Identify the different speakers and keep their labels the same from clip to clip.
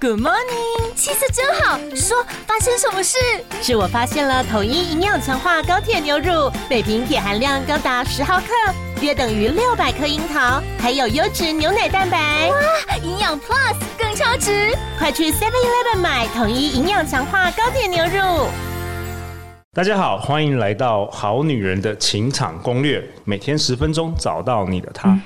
Speaker 1: Good morning，
Speaker 2: 气色真好。说发生什么事？
Speaker 1: 是我发现了统一营养强化高铁牛乳，每瓶铁含量高达十毫克，约等于六百克樱桃，还有优质牛奶蛋白。
Speaker 2: 哇，营养 Plus 更超值！
Speaker 1: 快去 Seven Eleven 买统一营养强化高铁牛乳。
Speaker 3: 大家好，欢迎来到《好女人的情场攻略》，每天十分钟，找到你的他。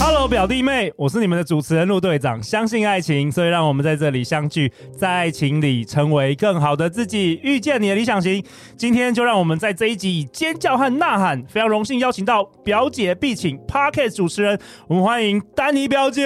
Speaker 3: Hello，表弟妹，我是你们的主持人陆队长。相信爱情，所以让我们在这里相聚，在爱情里成为更好的自己，遇见你的理想型。今天就让我们在这一集以尖叫和呐喊，非常荣幸邀请到表姐必请 Parket 主持人，我们欢迎丹妮表姐。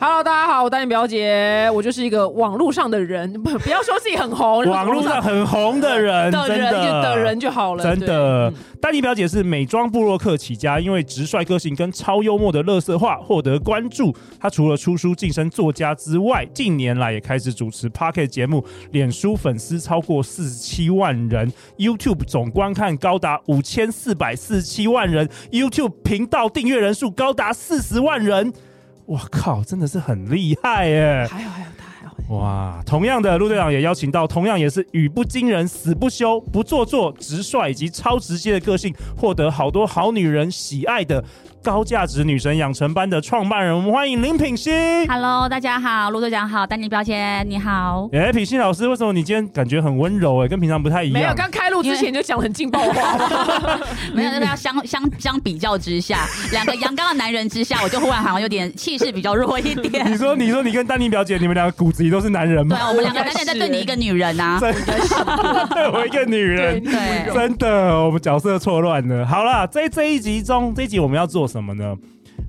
Speaker 4: Hello，大家好，我丹妮表姐，我就是一个网络上的人， 不不要说自己很红，就是
Speaker 3: 网络上很红的人，
Speaker 4: 的
Speaker 3: 真
Speaker 4: 人就
Speaker 3: 的
Speaker 4: 的人就好了，
Speaker 3: 真
Speaker 4: 对
Speaker 3: 的
Speaker 4: 嗯，
Speaker 3: 丹妮表姐是美妆部落客起家，因为直率个性跟超幽默的乐色话获得关注。她除了出书晋升作家之外，近年来也开始主持 Pocket 节目，脸书粉丝超过四十七万人，YouTube 总观看高达五千四百四十七万人，YouTube 频道订阅人数高达四十万人。哇靠，真的是很厉害耶！
Speaker 4: 还好还好，他还好。
Speaker 3: 哇，同样的，陆队长也邀请到同样也是语不惊人死不休、不做作、直率以及超直接的个性，获得好多好女人喜爱的高价值女神养成班的创办人，我们欢迎林品熙。
Speaker 5: Hello，大家好，陆队长好，丹尼表姐 你好。
Speaker 3: 哎、品熙老师，为什么你今天感觉很温柔、哎，跟平常不太一
Speaker 4: 没有，
Speaker 3: 样。
Speaker 4: 刚开录之前就讲得很劲爆啊 话，
Speaker 5: 没有，那边要相 相相比较之下，两个阳刚的男人 之下，我就忽然好像有点气势比较弱一
Speaker 3: 你
Speaker 5: 点。
Speaker 3: 说，你说，你跟丹妮表姐，你们两个骨子里都是男人
Speaker 5: 对
Speaker 3: 吗？
Speaker 5: 啊，我们两个男人在对你一个女 人啊。
Speaker 3: 真的，我一个女人，
Speaker 5: 对，
Speaker 3: 真的，我们角色错乱了。好啦，在这一集中，这一集我们要做什么呢？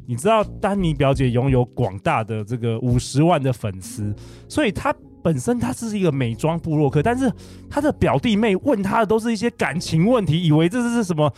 Speaker 3: 你知道丹妮表姐拥有广大的这个五十万的粉丝，所以她本身她是一个美妆部落客，但是她的表弟妹问她的都是一些感情问题，以为这是什么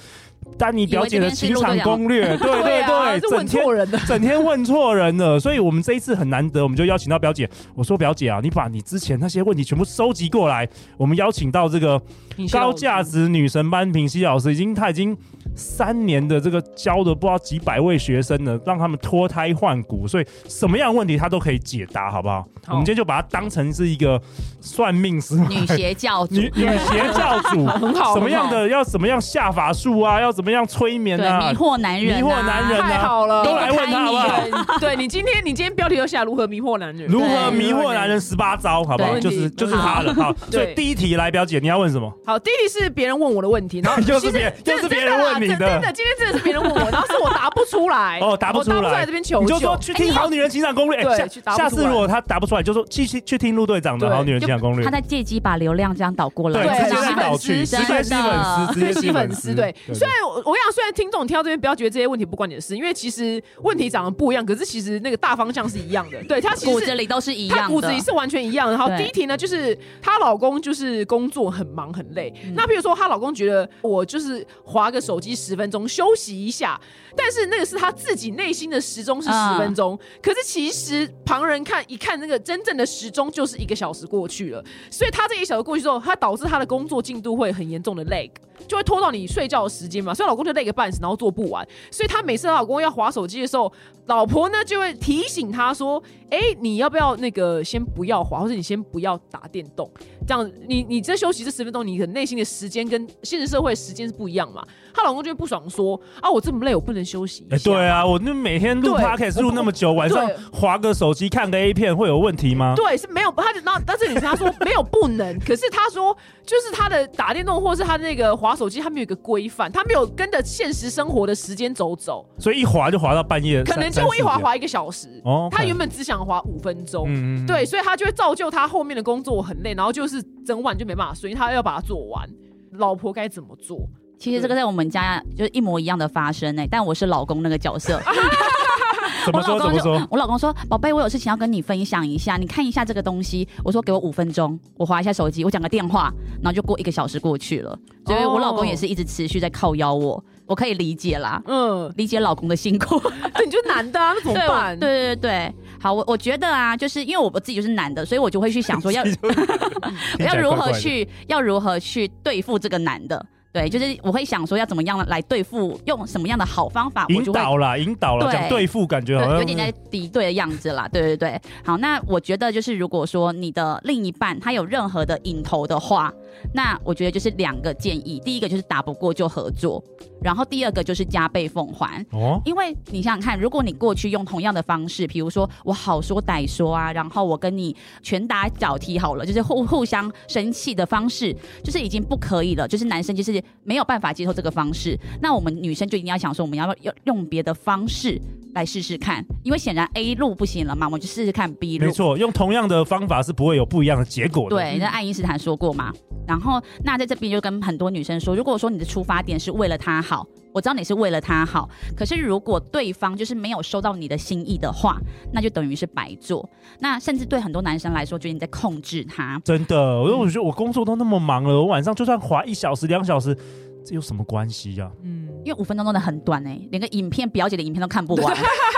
Speaker 3: 丹妮表姐的情场攻略，对对
Speaker 4: 啊，
Speaker 3: 对，
Speaker 4: 是
Speaker 3: 整
Speaker 4: 问
Speaker 3: 天
Speaker 4: 错人的。
Speaker 3: 整天问错人了，所以我们这一次很难得，我们就邀请到表姐。我说表姐啊，你把你之前那些问题全部收集过来，我们邀请到这个 高价值女神班平西老师，已经她已经三年的这个教的不知道几百位学生了，让他们脱胎换骨，所以什么样的问题她都可以解答，好不好？
Speaker 4: 好
Speaker 3: 我们今天就把它当成是一个算命师吗
Speaker 5: 女邪教主
Speaker 3: 女，女邪教主，
Speaker 4: 很好
Speaker 3: 什么样
Speaker 4: 很
Speaker 3: 的要什么样下法术啊，要怎么样催眠
Speaker 5: 对，
Speaker 3: 啊
Speaker 5: 迷，惑男人啊，
Speaker 3: 迷惑男人
Speaker 4: 太好了
Speaker 3: 都来问她好不好？
Speaker 4: 对对你今天你今天标题就下如何迷惑男人，
Speaker 3: 如何迷惑男人十八招，好不好？
Speaker 5: 对
Speaker 3: 就是
Speaker 4: 对
Speaker 3: 就是他了。好，所以
Speaker 4: 对
Speaker 3: 第一题来，表姐你要问什么？
Speaker 4: 好，第一题是别人问我的问题，然后
Speaker 3: 又是
Speaker 4: 其实
Speaker 3: 别人又是
Speaker 4: 真的
Speaker 3: 别人问你的
Speaker 4: 真啦真的，今天真的是别人问我，然后是我答不出来，
Speaker 3: 哦，答不
Speaker 4: 我
Speaker 3: 出来，
Speaker 4: 这边求
Speaker 3: 你
Speaker 4: 救，哎
Speaker 3: 就说去听《好女人情场攻略》
Speaker 4: 对
Speaker 3: 哎。
Speaker 4: 去
Speaker 3: 下
Speaker 4: 答不出
Speaker 3: 下
Speaker 4: 来
Speaker 3: 次如果他答不出来，就说去去去听陆队长的《
Speaker 4: 对
Speaker 3: 好女人情场攻略
Speaker 5: 他》。在借机把流量这样导过来，
Speaker 3: 对，
Speaker 4: 对
Speaker 3: 直
Speaker 4: 吸
Speaker 3: 接
Speaker 4: 粉
Speaker 3: 导
Speaker 4: 丝
Speaker 3: 去，直
Speaker 5: 真
Speaker 3: 接吸
Speaker 5: 的
Speaker 3: 粉丝，直嗯接
Speaker 4: 吸粉丝嗯对，虽
Speaker 3: 对
Speaker 4: 然我我想，虽然听众听到这边不要觉得这些问题不关你的事，因为其实问题长得不一样，可是其实那个大方向是一样的。对他其
Speaker 5: 骨
Speaker 4: 实
Speaker 5: 子
Speaker 4: 是
Speaker 5: 里都是一
Speaker 4: 她
Speaker 5: 样
Speaker 4: 骨子
Speaker 5: 的
Speaker 4: 里。是完全一样的。好，
Speaker 5: 对
Speaker 4: 第一题呢，就是她老公就是工作很忙很累。
Speaker 5: 嗯
Speaker 4: 那譬如说，她老公觉得我就是划个手机十分钟休息一下，但是那个是她自己内心的时钟是十
Speaker 5: 嗯
Speaker 4: 分钟，可是其实旁人看一看那个真正的时钟就是一个小时过去了，所以她这一小时过去之后，她导致她的工作进度会很严重的 lag。就会拖到你睡觉的时间嘛，所以老公就累个半死，然后做不完。所以她每次她老公要划手机的时候，老婆呢就会提醒他说：“哎、你要不要那个先不要滑，或者你先不要打电动？这样你你这休息这十分钟，你可能内心的时间跟现实社会的时间是不一样嘛。”她老公就会不爽说：“啊，我这么累，我不能休息一
Speaker 3: 哎，
Speaker 4: 下？”
Speaker 3: 对啊，我那每天录
Speaker 4: 对
Speaker 3: podcast 录那么久，晚上
Speaker 4: 对
Speaker 3: 划个手机看个 A 片会有问题吗？
Speaker 4: 对，是没有，他就然后但是你跟他说没有不能，可是他说就是他的打电动或是他那个滑手机，他没有一个规范，他没有跟着现实生活的时间走走，
Speaker 3: 所以一划就划到半夜三，
Speaker 4: 可能就
Speaker 3: 三
Speaker 4: 会一滑
Speaker 3: 四点。
Speaker 4: 滑一个小时。
Speaker 3: 哦，OK
Speaker 4: 他原本只想滑五分钟，
Speaker 3: 嗯嗯嗯
Speaker 4: 对，所以他就会造就他后面的工作很累，然后就是整晚就没办法睡，因为他要把它做完。老婆该怎么做？
Speaker 5: 其实这个在我们家就是一模一样的发生哎，但我是老公那个角色，
Speaker 3: 怎么
Speaker 5: 我
Speaker 3: 说
Speaker 5: 老
Speaker 3: 怎
Speaker 5: 公
Speaker 3: 么
Speaker 5: 就
Speaker 3: 说？
Speaker 5: 我老公说：“宝贝，我有事情要跟你分享一下，你看一下这个东西。”我说：“给我五分钟，我划一下手机，我讲个电话，然后就过一个小时过去了。”所以，
Speaker 4: 哦
Speaker 5: 我老公也是一直持续在靠邀我，我可以理解啦，
Speaker 4: 嗯，
Speaker 5: 理解老公的辛苦。
Speaker 3: 哦
Speaker 4: 对，你就男的、啊，那怎么
Speaker 5: 对我
Speaker 4: 办？
Speaker 5: 对对对对，好，我我觉得啊，就是因为我我自己就是男的，所以我就会去想说 要
Speaker 3: 听起
Speaker 5: 要
Speaker 3: 来
Speaker 5: 如
Speaker 3: 怪怪
Speaker 5: 何
Speaker 3: 的
Speaker 5: 去要如何去对付这个男的。对，就是我会想说要怎么样来对付，用什么样的好方法，我
Speaker 3: 引
Speaker 5: 就会
Speaker 3: 导啦，引导啦，
Speaker 5: 对
Speaker 3: 讲对付感觉好
Speaker 5: 对，
Speaker 3: 像
Speaker 5: 有点在敌对的样 子啦。对对对，好，那我觉得就是如果说你的另一半他有任何的引头的话，那我觉得就是两个建议，第一个就是打不过就合作，然后第二个就是加倍奉还。
Speaker 3: 哦，
Speaker 5: 因为你想想看，如果你过去用同样的方式，比如说我好说歹说啊，然后我跟你拳打脚踢好了，就是互互相生气的方式，就是已经不可以了，就是男生就是没有办法接受这个方式，那我们女生就一定要想说，我们要用用别的方式来试试看，因为显然 A 路不行了嘛，我们就试试看 B
Speaker 3: 没
Speaker 5: 路。
Speaker 3: 错，用同样的方法是不会有不一样的结果的。
Speaker 5: 对，那爱因斯坦说过嘛。然后，那在这边就跟很多女生说，如果说你的出发点是为了他好，我知道你是为了他好，可是如果对方就是没有收到你的心意的话，那就等于是白做。那甚至对很多男生来说，觉得你在控制他。
Speaker 3: 真的，
Speaker 4: 嗯
Speaker 3: 因为我觉得我工作都那么忙了，我晚上就算滑一小时、两小时，这有什么关系啊呀、
Speaker 4: 嗯，
Speaker 5: 因为五分钟真的很短哎、连个影片表姐的影片都看不完。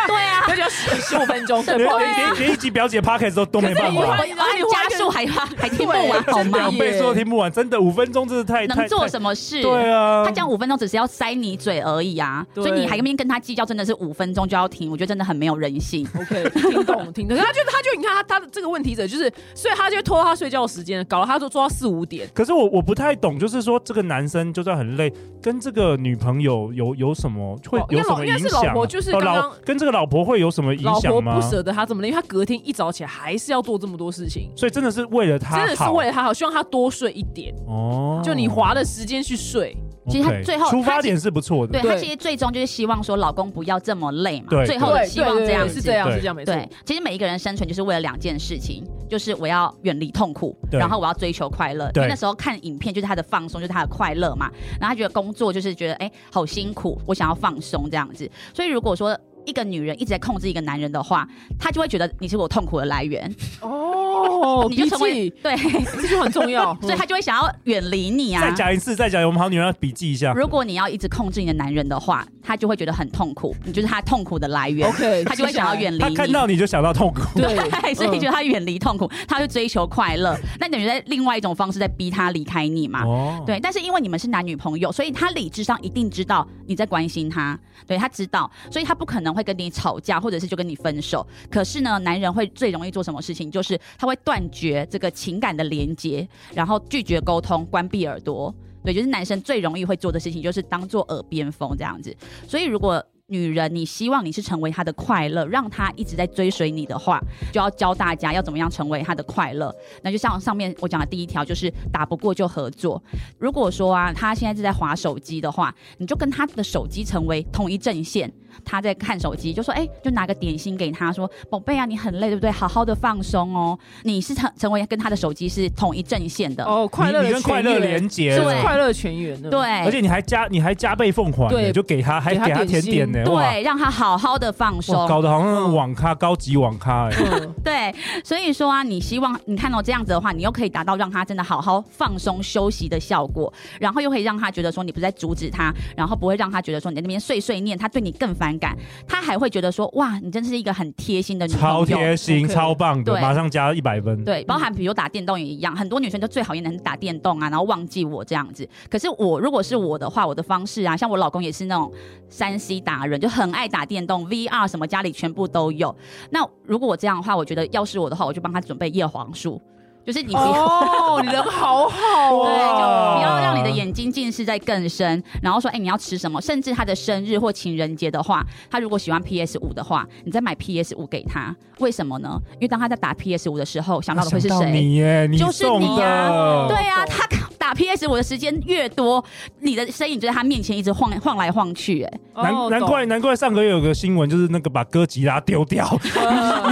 Speaker 5: 对 啊，
Speaker 4: 那就要十十五分钟，
Speaker 5: 对
Speaker 4: 不
Speaker 3: 连
Speaker 4: 好意思，
Speaker 3: 连连一集表姐 podcast 都都没办
Speaker 4: 啊你
Speaker 5: 我
Speaker 4: 花
Speaker 3: 法，
Speaker 4: 你花
Speaker 5: 我按加速还还听不完
Speaker 4: 对
Speaker 5: 好吗
Speaker 4: 真？的耶
Speaker 3: 倍数都听不完，真的五分钟真的太
Speaker 5: 能
Speaker 3: 太
Speaker 5: 做
Speaker 3: 太
Speaker 5: 什么事？
Speaker 3: 对啊，
Speaker 5: 他讲五分钟只是要塞你嘴而已啊，
Speaker 4: 对
Speaker 5: 所以你还跟跟他计较，真的是五分钟就要停，我觉得真的很没有人性。
Speaker 4: OK，听懂听懂。他就他就你看他他的这个问题者就是，所以他就拖他睡觉的时间，搞得他都做到四五点。
Speaker 3: 可是我我不太懂，就是说这个男生就算很累，跟这个女朋友有有什么会
Speaker 4: 哦因
Speaker 3: 有
Speaker 4: 为
Speaker 3: 什
Speaker 4: 老
Speaker 3: 么
Speaker 4: 因
Speaker 3: 影
Speaker 4: 为是
Speaker 3: 响啊？
Speaker 4: 老婆就是
Speaker 3: 哦
Speaker 4: 刚
Speaker 3: 老
Speaker 4: 刚
Speaker 3: 跟这个老婆会有什么影
Speaker 4: 老婆
Speaker 3: 响吗
Speaker 4: 不？舍得他这么累，因为他隔天一早起来还是要做这么多事情，
Speaker 3: 所以真的是为了他
Speaker 4: 真
Speaker 3: 好，
Speaker 4: 的是为了他好，希望他多睡一点，
Speaker 3: 哦，
Speaker 4: 就你花的时间去睡。
Speaker 5: 其实他
Speaker 3: OK，
Speaker 5: 最后
Speaker 3: 出
Speaker 5: 他
Speaker 3: 发
Speaker 5: 其
Speaker 3: 点是不错的
Speaker 5: 对，他
Speaker 4: 对
Speaker 5: 其实最终就是希望说老公不要这么累嘛，
Speaker 3: 对
Speaker 5: 最后
Speaker 4: 对，
Speaker 5: 希望这样
Speaker 4: 是
Speaker 5: 子。
Speaker 4: 这样
Speaker 3: 对
Speaker 4: 是这样没错。
Speaker 5: 对，其实每一个人生存就是为了两件事情，就是我要远离痛苦，
Speaker 3: 对
Speaker 5: 然后我要追求快乐。因
Speaker 3: 对
Speaker 5: 为那时候看影片就是他的放松，就是他的快乐嘛。然后他觉得工作就是觉得哎、好辛苦，我想要放松这样子。所以如果说一个女人一直在控制一个男人的话，他就会觉得你是我痛苦的来源，
Speaker 4: 哦，
Speaker 5: 你就
Speaker 4: 笔
Speaker 5: 成为
Speaker 4: 记
Speaker 5: 对，。
Speaker 4: 这句话很重要
Speaker 3: 嗯
Speaker 5: 所以 他就会想要远离你啊。
Speaker 3: 再讲一次，再讲，我们好女人要笔记一下。
Speaker 5: 如果你要一直控制你的男人的话，他就会觉得很痛苦，你就是他痛苦的来源
Speaker 4: OK，
Speaker 5: 他就会想要远离
Speaker 3: 他
Speaker 5: 你。
Speaker 3: 看到嗯你就想到痛苦，
Speaker 4: 对 嗯
Speaker 5: 所以觉得他远离痛苦，他会追求快乐。那等于在另外一种方式在逼他离开你嘛？
Speaker 3: 哦，
Speaker 5: 对，但是因为你们是男女朋友，所以他理智上一定知道你在关心他，对他知道，所以他不可能会跟你吵架，或者是就跟你分手。可是呢，男人会最容易做什么事情，就是他会断绝这个情感的连接，然后拒绝沟通，关闭耳朵。对，就是男生最容易会做的事情，就是当做耳边风这样子。所以如果女人，你希望你是成为她的快乐，让她一直在追随你的话，就要教大家要怎么样成为她的快乐。那就像上面我讲的第一条，就是打不过就合作。如果说啊，他现在是在划手机的话，你就跟他的手机成为同一阵线。他在看手机，就说：“哎、就拿个点心给他，说宝贝啊，你很累对不对？好好的放松哦。”你是成成为跟他的手机是同一阵线的，
Speaker 4: 哦，快乐
Speaker 3: 你
Speaker 4: 的
Speaker 3: 你跟快乐
Speaker 4: 全员
Speaker 3: 连结
Speaker 5: 是
Speaker 3: 了，
Speaker 5: 对
Speaker 4: 快乐全员呢？
Speaker 5: 对，，
Speaker 3: 而且你还加你还加倍奉还呢，
Speaker 4: 对
Speaker 3: 就给他还
Speaker 4: 给他
Speaker 3: 给他甜
Speaker 4: 点
Speaker 3: 点呢，
Speaker 4: 心
Speaker 3: 哇
Speaker 5: 对，让他好好的放
Speaker 3: 哇，
Speaker 5: 松。
Speaker 3: 搞得好像
Speaker 4: 嗯
Speaker 3: 网咖高级网咖哎，
Speaker 4: 嗯
Speaker 5: 对，所以说啊，你希望你看到这样子的话，你又可以达到让他真的好好放松休息的效果，然后又可以让他觉得说你不是在阻止他，然后不会让他觉得说你在那边碎碎念，他对你更反感，他还会觉得说哇，你真是一个很贴心的女朋
Speaker 3: 超
Speaker 5: 友。
Speaker 3: 贴心，
Speaker 4: OK
Speaker 3: 超棒的，
Speaker 5: 对
Speaker 3: 马上加一百分。
Speaker 5: 对，包含比如打电动也一样，很多女生就最讨厌男生打电动啊，然后忘记我这样子。可是我如果是我的话，我的方式啊，像我老公也是那种三 C 达人，就很爱打电动，VR 什么家里全部都有。那如果我这样的话，我觉得要是我的话，我就帮他准备叶黄素，就是你不要。
Speaker 4: 哦，你人好好
Speaker 5: 对，就
Speaker 4: 哦，
Speaker 5: 不要让你的眼睛近视再更深。然后说，哎、你要吃什么？甚至他的生日或情人节的话，他如果喜欢 PS 五的话，你再买 PS 五给他。为什么呢？因为当他在打 PS 五的时候，想到的会是
Speaker 3: 想到
Speaker 5: 谁？
Speaker 3: 你耶，你
Speaker 5: 就是
Speaker 3: 送
Speaker 5: 你
Speaker 3: 的，
Speaker 5: 啊，对啊，他打 PS 我的时间越多，你的身影就在他面前一直晃晃来晃去、哎，
Speaker 4: 哦
Speaker 3: 难难怪难怪上个月有个新闻，就是那个把哥吉拉丢 掉，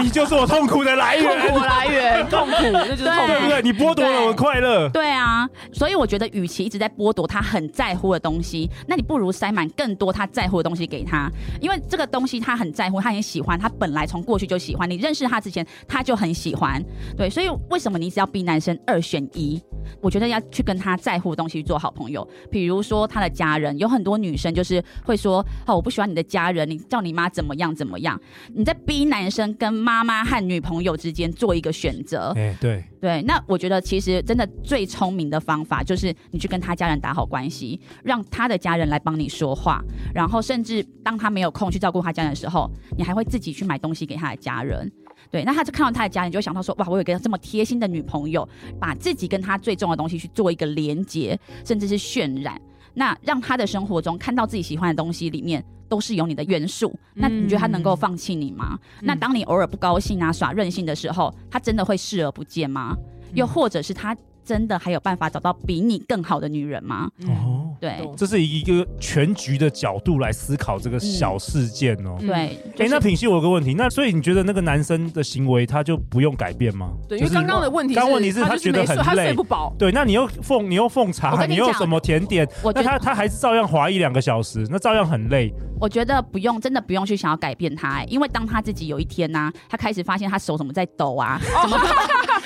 Speaker 3: 你就是我痛苦的来源，
Speaker 4: 嗯痛苦来源，痛苦，那就是痛
Speaker 3: 对不
Speaker 4: 苦。
Speaker 3: 对？你剥夺了我的快乐。
Speaker 5: 对啊，所以我觉得，与其一直在剥夺他很在乎的东西，那你不如塞满更多他在乎的东西给他，因为这个东西他很在乎，他很喜欢，他本来从过去就喜欢，你认识他之前他就很喜欢，对，所以为什么你一直要逼男生二选一？我觉得要去跟他他在乎的东西做好朋友，比如说他的家人，有很多女生就是会说：“哦，我不喜欢你的家人，你叫你妈怎么样怎么样。”你在逼男生跟妈妈和女朋友之间做一个选择。
Speaker 3: 哎、对，
Speaker 5: 对，那我觉得其实真的最聪明的方法就是你去跟他家人打好关系，让他的家人来帮你说话，然后甚至当他没有空去照顾他家人的时候，你还会自己去买东西给他的家人。对，那他就看到他的家人，就会想到说，哇，我有一个这么贴心的女朋友，把自己跟他最重要的东西去做一个连接，甚至是渲染。那让他的生活中看到自己喜欢的东西里面都是有你的元素，那你觉得他能够放弃你吗？那当你偶尔不高兴啊、耍任性的时候，他真的会视而不见吗？又或者是他真的还有办法找到比你更好的女人吗？
Speaker 4: 嗯
Speaker 3: 哦，
Speaker 5: 对
Speaker 4: 懂
Speaker 3: 这是一个全局的角度来思考这个小事件哦。
Speaker 4: 嗯
Speaker 5: 对，
Speaker 3: 哎、
Speaker 5: 就是
Speaker 3: 那品熙，我有个问题，那所以你觉得那个男生的行为他就不用改变吗？
Speaker 4: 嗯对，因
Speaker 3: 就
Speaker 4: 为
Speaker 3: 是
Speaker 4: 刚刚的问题，
Speaker 3: 刚问题是
Speaker 4: 他
Speaker 3: 他
Speaker 4: 就是
Speaker 3: 觉得
Speaker 4: 没
Speaker 3: 很
Speaker 4: 睡他睡
Speaker 3: 累
Speaker 4: 不饱，
Speaker 3: 对，那你又奉你又奉
Speaker 5: 我
Speaker 3: 茶，
Speaker 5: 跟你
Speaker 3: 你又
Speaker 5: 讲
Speaker 3: 什么甜点？
Speaker 5: 我
Speaker 3: 那
Speaker 5: 觉
Speaker 3: 他
Speaker 5: 得
Speaker 3: 他还是照样滑一两个小时，那照样很累。
Speaker 5: 我觉得不用，真的不用去想要改变 他、哎因为当他自己有一天呢、啊他开始发现他手怎么在抖啊，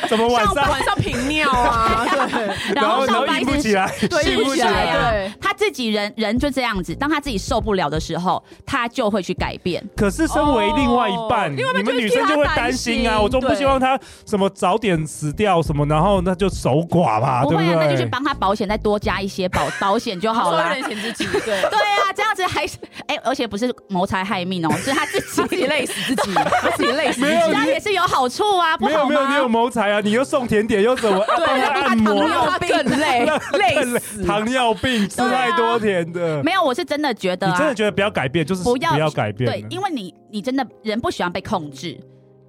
Speaker 3: 怎么 晚上
Speaker 4: 晚哦上频尿啊，对，
Speaker 5: 然后
Speaker 3: 然后硬
Speaker 5: 上班
Speaker 3: 不
Speaker 5: 一
Speaker 3: 起
Speaker 5: 直
Speaker 3: 来，
Speaker 4: 对
Speaker 3: 硬
Speaker 5: 硬
Speaker 3: 不
Speaker 5: 不
Speaker 3: 起
Speaker 5: 起
Speaker 3: 来
Speaker 5: 来啊
Speaker 4: 对
Speaker 5: 他自己人人就这样子，当他自己受不了的时候，他就会去改变。
Speaker 3: 可是身为另外一半，
Speaker 4: 哦另外一半
Speaker 3: 你们
Speaker 4: 就会
Speaker 3: 女生就会
Speaker 4: 替他
Speaker 3: 担心啊，
Speaker 4: 担心
Speaker 3: 我总不希望他什么早点死掉什么，然后那就守寡嘛，
Speaker 5: 不
Speaker 3: 对
Speaker 5: 会啊，那就去
Speaker 3: 对？
Speaker 5: 帮他保险再多加一些保保险就 好
Speaker 4: 好
Speaker 5: 啦
Speaker 4: 了，。人前之己，对，
Speaker 5: 对啊，这样子还是哎、而且不是谋财害 命哦，是他自己
Speaker 4: 自己累死 自己，他自己累死自
Speaker 3: 没有
Speaker 5: 这
Speaker 4: 己。
Speaker 5: 样也是有好处啊，不
Speaker 3: 没有
Speaker 5: 好
Speaker 3: 没有，你有
Speaker 5: 吗？
Speaker 3: 谋财啊，你又送甜点又怎么帮他按摩
Speaker 5: 有？
Speaker 4: 让他嗯 更累，累死。
Speaker 3: 更糖尿病吃
Speaker 5: 对啊
Speaker 3: 太多甜的，
Speaker 5: 没有，我是真的觉得、
Speaker 3: 你
Speaker 5: 啊，
Speaker 3: 真的觉得不要改变，就是
Speaker 5: 不要
Speaker 3: 改变了。
Speaker 5: 对，因为你你真的人不喜欢被控制，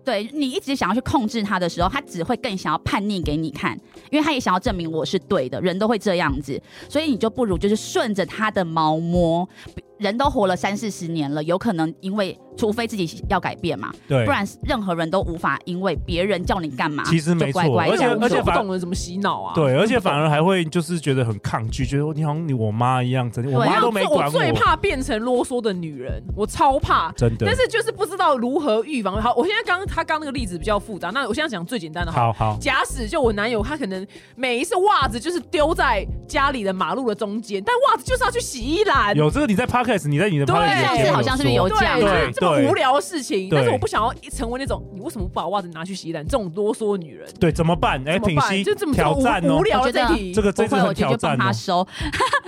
Speaker 5: 对你一直想要去控制他的时候，他只会更想要叛逆给你看，因为他也想要证明我是对的，人都会这样子，所以你就不如就是顺着他的毛摸。人都活了三四十年了，有可能因为除非自己要改变嘛，
Speaker 3: 对
Speaker 5: 不然任何人都无法因为别人叫你干嘛，
Speaker 3: 其实没
Speaker 5: 就
Speaker 3: 错
Speaker 5: 乖乖
Speaker 3: 而且
Speaker 5: 这样
Speaker 3: 而且
Speaker 5: 做
Speaker 4: 哎我不懂得怎么洗脑啊。
Speaker 3: 对，而且反而还会就是觉得很抗拒，觉得你好像你我妈一样，真的，我
Speaker 5: 对
Speaker 3: 妈
Speaker 5: 啊
Speaker 3: 都没管
Speaker 4: 我最怕变成啰嗦的女人，我超怕。
Speaker 3: 真的
Speaker 4: 但。是就是不知道如何预防。好，我现在刚他刚那个例子比较复杂，那我现在讲最简单的。，
Speaker 3: 好好，
Speaker 4: 假使就我男友，他可能每一次袜子就是丢在家里的马路的中间，但袜子就是要去洗衣篮。
Speaker 3: 有这个你在 podcast，你在你的
Speaker 4: 对
Speaker 3: podcast 节目
Speaker 4: 是
Speaker 5: 好像是不是有
Speaker 3: 说
Speaker 5: 这样
Speaker 4: 对，就是
Speaker 3: 对
Speaker 4: 这么
Speaker 3: 对
Speaker 4: 无聊的事情。
Speaker 3: 对
Speaker 4: 但是我不想要成为那种你为什么不把袜子拿去洗衣篮这种啰嗦的女人。
Speaker 3: 对，怎么办？哎，
Speaker 4: 怎么
Speaker 3: 品
Speaker 4: 办？
Speaker 3: 析
Speaker 4: 就这么
Speaker 3: 挑战
Speaker 4: 这么无
Speaker 3: 哦
Speaker 4: 无，聊
Speaker 5: 我
Speaker 4: 的
Speaker 5: 觉得
Speaker 4: 这题，
Speaker 3: 这个这
Speaker 5: 不
Speaker 3: 次
Speaker 5: 会，
Speaker 3: 很
Speaker 5: 我就
Speaker 3: 挑
Speaker 5: 就帮
Speaker 3: 战
Speaker 5: 他
Speaker 3: 哦。
Speaker 5: 收，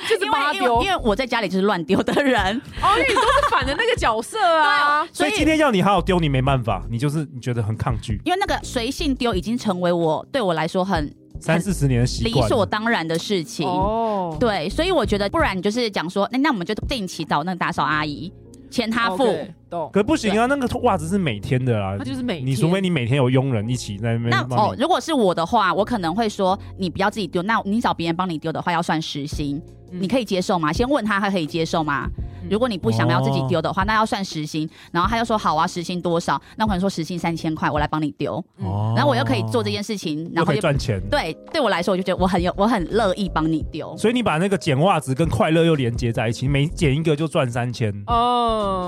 Speaker 4: 就是
Speaker 5: 因为
Speaker 4: 把它
Speaker 5: 因为
Speaker 4: 丢。
Speaker 5: 因为我在家里就是乱丢的人，
Speaker 4: 哦，因为你都是反的那个角色啊。
Speaker 3: 所以今天要你好好丢，你没办法，你就是你觉得很抗拒，
Speaker 5: 因为那个随性丢已经成为我对我来说很
Speaker 3: 三四十年的习
Speaker 5: 理
Speaker 3: 惯，
Speaker 5: 所当然的事情。
Speaker 4: 哦，
Speaker 5: 对，所以我觉得，不然你就是讲说，哎那那我们就定期找那个打扫阿姨，钱她付。
Speaker 4: OK，懂。
Speaker 3: 可不行啊，那个袜子是每天的啊啦
Speaker 4: 他，就是每天
Speaker 3: 你除非你每天有佣人一起在那边
Speaker 5: 那
Speaker 3: 帮你。
Speaker 5: 哦，如果是我的话，我可能会说，你不要自己丢，那你找别人帮你丢的话，要算时薪，
Speaker 4: 嗯
Speaker 5: 你可以接受吗？先问他，他可以接受吗？
Speaker 4: 嗯
Speaker 5: 如果你不想要自己
Speaker 3: 哦
Speaker 5: 丢的话，那要算时薪，然后他就说好啊，时薪多少？那我可能说时薪三千块，我来帮你丢，
Speaker 3: 哦
Speaker 5: 嗯然后我又可以做这，件事情，然
Speaker 3: 又
Speaker 5: 后
Speaker 3: 可以
Speaker 5: 就
Speaker 3: 赚钱。
Speaker 5: 对对我来说，我就觉得我很有，我很乐意帮你丢。
Speaker 3: 所以你把那个捡袜子跟快乐又连接在一起，每捡一个就赚三千。
Speaker 4: 哦，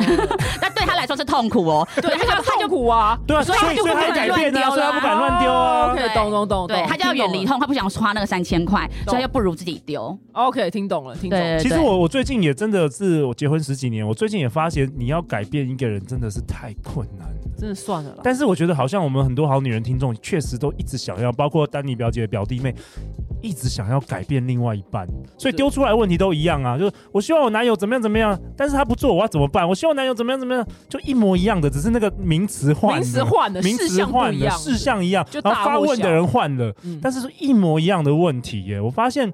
Speaker 5: 那对他来说是痛苦哦，
Speaker 4: 对，他就痛苦啊，
Speaker 3: 对啊，所
Speaker 5: 所
Speaker 3: 以
Speaker 5: 以
Speaker 3: 所以
Speaker 5: 他就
Speaker 3: 他
Speaker 5: 不
Speaker 3: 要
Speaker 5: 能
Speaker 3: 改变啊，
Speaker 5: 乱
Speaker 3: 所
Speaker 5: 丢啦
Speaker 3: 以他不敢乱丢
Speaker 4: 哦
Speaker 3: 啊。
Speaker 4: OK，懂懂懂，
Speaker 5: 对
Speaker 4: 懂
Speaker 5: 他就要远离。痛，他不想花那个三千块，所以他就不如自己丢。
Speaker 4: 听懂了 OK，听懂了，听懂了。
Speaker 5: 对，
Speaker 3: 其实
Speaker 5: 对
Speaker 3: 我我最近也真的是我结婚十几年，我最近也发现你要改变一个人真的是太困难了。
Speaker 4: 真的算了啦。
Speaker 3: 但是我觉得好像我们很多好女人听众确实都一直想要，包括丹妮表姐的表弟妹，一直想要改变另外一半，所以
Speaker 4: 对
Speaker 3: 丢出来问题都一样啊，就是我希望我男友怎么样怎么样，但是他不做，我要怎么办？我希望男友怎么样怎么样，就一模一样的，只是那个名词换了，
Speaker 4: 名词换了，
Speaker 3: 名
Speaker 4: 事
Speaker 3: 词
Speaker 4: 项不
Speaker 3: 换
Speaker 4: 一
Speaker 3: 了，
Speaker 4: 样，
Speaker 3: 事项一样，
Speaker 4: 就
Speaker 3: 然
Speaker 4: 大
Speaker 3: 后发
Speaker 4: 或
Speaker 3: 问的
Speaker 4: 小
Speaker 3: 人换了，
Speaker 4: 嗯
Speaker 3: 但是是一模一样的问题耶。我发现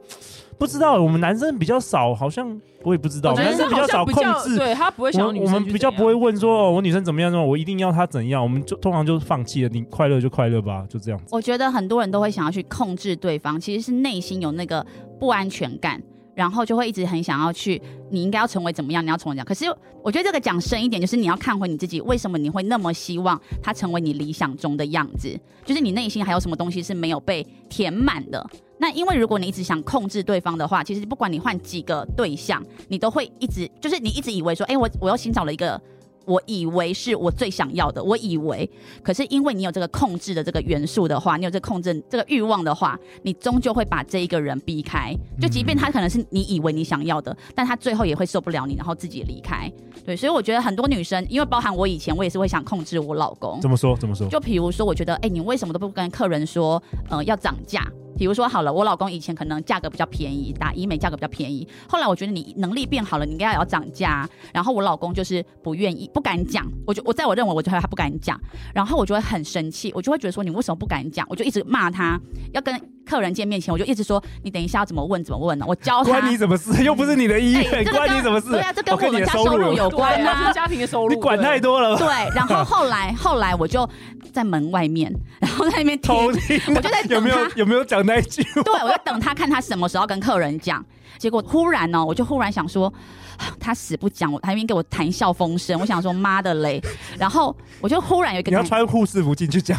Speaker 3: 不知道我们男生比较少，好像我也不知道，
Speaker 4: 我
Speaker 3: 我
Speaker 4: 觉
Speaker 3: 们
Speaker 4: 得
Speaker 3: 男生比
Speaker 4: 是
Speaker 3: 较
Speaker 4: 好
Speaker 3: 少
Speaker 4: 像比
Speaker 3: 控
Speaker 4: 较，
Speaker 3: 制。
Speaker 4: 对他不会想
Speaker 3: 我
Speaker 4: 要女
Speaker 3: 我
Speaker 4: 生
Speaker 3: 们
Speaker 4: 去
Speaker 3: 比较
Speaker 4: 怎
Speaker 3: 不会
Speaker 4: 样。
Speaker 3: 问说、哦、我女生怎么样怎么样，我一定要她怎样，我们就通常就放弃了，你快乐就快乐吧，就这样子。
Speaker 5: 我觉得很多人都会想要去控制对方，其实是内心有那个不安全感。然后就会一直很想要去，你应该要成为怎么样，你要成为怎样。可是我觉得这个讲深一点，就是你要看回你自己，为什么你会那么希望他成为你理想中的样子？就是你内心还有什么东西是没有被填满的？那因为如果你一直想控制对方的话，其实不管你换几个对象，你都会一直就是你一直以为说，哎、我我又新找了一个我以为是我最想要的，我以为，可是因为你有这个控制的这个元素的话，你有这个控制这个欲望的话，你终究会把这一个人逼开。就即便他可能是你以为你想要的，但他最后也会受不了你，然后自己离开。对，所以我觉得很多女生，因为包含我以前，我也是会想控制我老公。
Speaker 3: 怎么说？怎么说？
Speaker 5: 就比如说，我觉得，哎、你为什么都不跟客人说，呃，要涨价？比如说好了，我老公以前可能价格比较便宜，打医美价格比较便宜。后来我觉得你能力变好了，你应该也要涨价啊。然后我老公就是不愿意，不敢讲。我就我在我认为，我觉得他不敢讲。然后我就会很生气，我就会觉得说你为什么不敢讲？我就一直骂他。要跟客人见面前，我就一直说你等一下要怎么问怎么问呢、我教哦他。
Speaker 3: 关你什么事？又不是你的医
Speaker 5: 哎
Speaker 3: 院，
Speaker 5: 这个
Speaker 3: 关
Speaker 5: 跟
Speaker 3: 你什么事？
Speaker 5: 对啊，这跟
Speaker 3: 哦
Speaker 5: 我
Speaker 3: 你
Speaker 5: 们
Speaker 3: 的
Speaker 5: 家
Speaker 3: 收
Speaker 5: 收入有
Speaker 4: 对
Speaker 5: 关
Speaker 4: 啊， 就是
Speaker 5: 啊。
Speaker 4: 家庭的收入，
Speaker 3: 你管太多 了吧，
Speaker 5: 对，然后后来后来我就在门外面，然后在那边听
Speaker 3: 偷听啊。
Speaker 5: 我就在等
Speaker 3: 有没有
Speaker 5: 他
Speaker 3: 有没有讲那一句？
Speaker 5: 对，我就等他看他什么时候跟客人讲。结果忽然哦呢、我就忽然想说，啊他死不讲，我他一边给我谈笑风生，我想说妈的嘞。然后我就忽然有一个
Speaker 3: 你要
Speaker 5: 感
Speaker 3: 穿护士服进去讲，
Speaker 5: 啊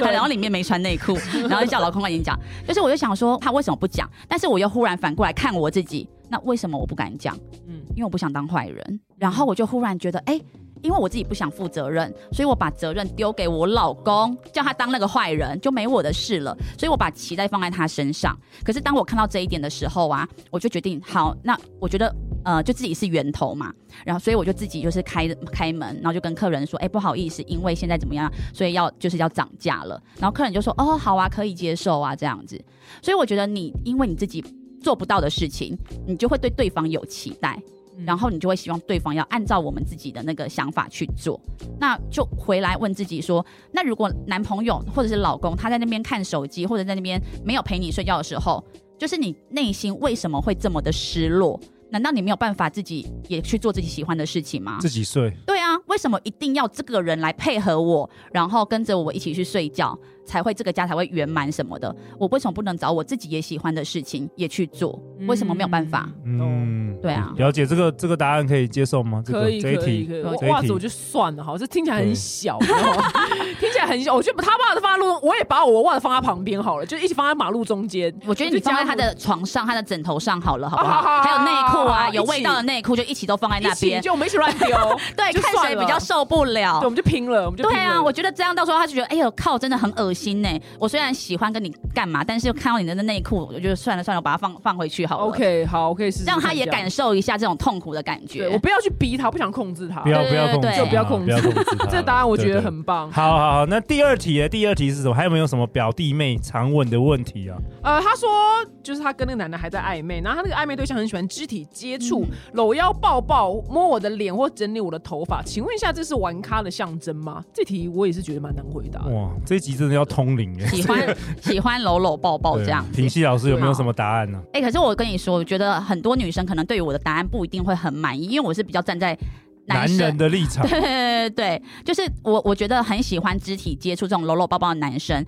Speaker 5: 然后里面没穿内 裤，然后就叫老公快点讲。就是我就想说他为什么不讲，但是我又忽然反过来看我自己，那为什么我不敢讲？
Speaker 4: 嗯
Speaker 5: 因为我不想当坏人。然后我就忽然觉得，哎、因为我自己不想负责任，所以我把责任丢给我老公，叫他当那个坏人，就没我的事了。所以我把期待放在他身上。可是当我看到这一点的时候啊，我就决定，好，那我觉得。呃，就自己是源头嘛，然后所以我就自己就是开开门，然后就跟客人说，哎、不好意思，因为现在怎么样，所以要就是要涨价了。然后客人就说，哦，好啊，可以接受啊，这样子。所以我觉得你因为你自己做不到的事情，你就会对对方有期待，
Speaker 4: 嗯
Speaker 5: 然后你就会希望对方要按照我们自己的那个想法去做。那就回来问自己说，那如果男朋友或者是老公他在那边看手机，或者在那边没有陪你睡觉的时候，就是你内心为什么会这么的失落？难道你没有办法自己也去做自己喜欢的事情吗？
Speaker 3: 己睡，
Speaker 5: 对啊，为什么一定要这个人来配合我，然后跟着我一起去睡觉，才会这个家才会圆满什么的？我为什么不能找我自己也喜欢的事情也去做？
Speaker 4: 嗯
Speaker 5: 为什么没有办法？
Speaker 3: 嗯，
Speaker 5: 对啊
Speaker 3: 了解这个这个答案可以接受吗？这
Speaker 4: 可
Speaker 3: 个
Speaker 4: 以
Speaker 3: 这一
Speaker 4: 可以
Speaker 3: 题
Speaker 4: 可以，
Speaker 5: 这
Speaker 4: 我
Speaker 5: 一
Speaker 3: 题
Speaker 4: 袜子我就算了哈，这听起来很小，你知道吗 听起来很小。我觉得他把袜子放在路中，我也把我袜子放在旁边好了，就一起放在马路中间。
Speaker 5: 我觉得你
Speaker 4: 就加
Speaker 5: 放在他
Speaker 4: 入
Speaker 5: 的床上、他的枕头上好了，好不
Speaker 4: 啊好好
Speaker 5: 好？
Speaker 4: 好
Speaker 5: 还有内裤
Speaker 4: 好
Speaker 5: 啊，
Speaker 4: 好
Speaker 5: 有
Speaker 4: 一起
Speaker 5: 味道的内裤就一起都放在
Speaker 4: 一
Speaker 5: 那
Speaker 4: 起，
Speaker 5: 边。，
Speaker 4: 就我们一起乱丢
Speaker 5: 对，
Speaker 4: 就
Speaker 5: 看
Speaker 4: 算
Speaker 5: 谁
Speaker 4: 了
Speaker 5: 比较，受不了
Speaker 4: 对，我。们就拼了，我们就
Speaker 5: 对
Speaker 4: 拼
Speaker 5: 啊，
Speaker 4: 了
Speaker 5: 我觉得这样到时候他就觉得，哎呦靠，真的很恶心呢、我虽然喜欢跟你干嘛，但是看到你的那内裤，我就算了算了，我把它放放回去好了。
Speaker 4: OK 好，我可以试试看这
Speaker 5: 让
Speaker 4: 样，
Speaker 5: 他也感受一下这种痛苦的感觉。
Speaker 4: 对我不要去逼他，我不想控制他
Speaker 3: 不。要
Speaker 5: 对
Speaker 3: 不要控制它，
Speaker 5: 对就
Speaker 4: 不要控制
Speaker 3: 不要控制它
Speaker 4: 这答案我觉
Speaker 3: 对
Speaker 4: 得
Speaker 3: 对
Speaker 4: 很棒。
Speaker 3: 好好好，那第二题耶，第二题是什么？还有没有什么表弟妹常问的问题啊？
Speaker 4: 呃，他说就是他跟那个男的还在暧昧，然后他那个暧昧对象很喜欢肢体接
Speaker 5: 嗯
Speaker 4: 触，搂腰抱抱，摸我的脸或整理我的头发。请问一下，这是玩咖的象征吗？这题我也是觉得蛮难回答的。
Speaker 3: 哇，这一集真的要通灵耶！
Speaker 5: 喜欢喜欢搂搂抱抱
Speaker 3: 对
Speaker 5: 这样子
Speaker 3: 平。西老师有没有什么答案呢？
Speaker 5: 哎、可是我跟你说，我觉得很多女生可能对于我的答案不一定会很满意，因为我是比较站在
Speaker 3: 男
Speaker 5: 啊生
Speaker 3: 人的立场，
Speaker 5: 对对对，就是我我觉得很喜欢肢体接触这种搂搂抱抱的男生，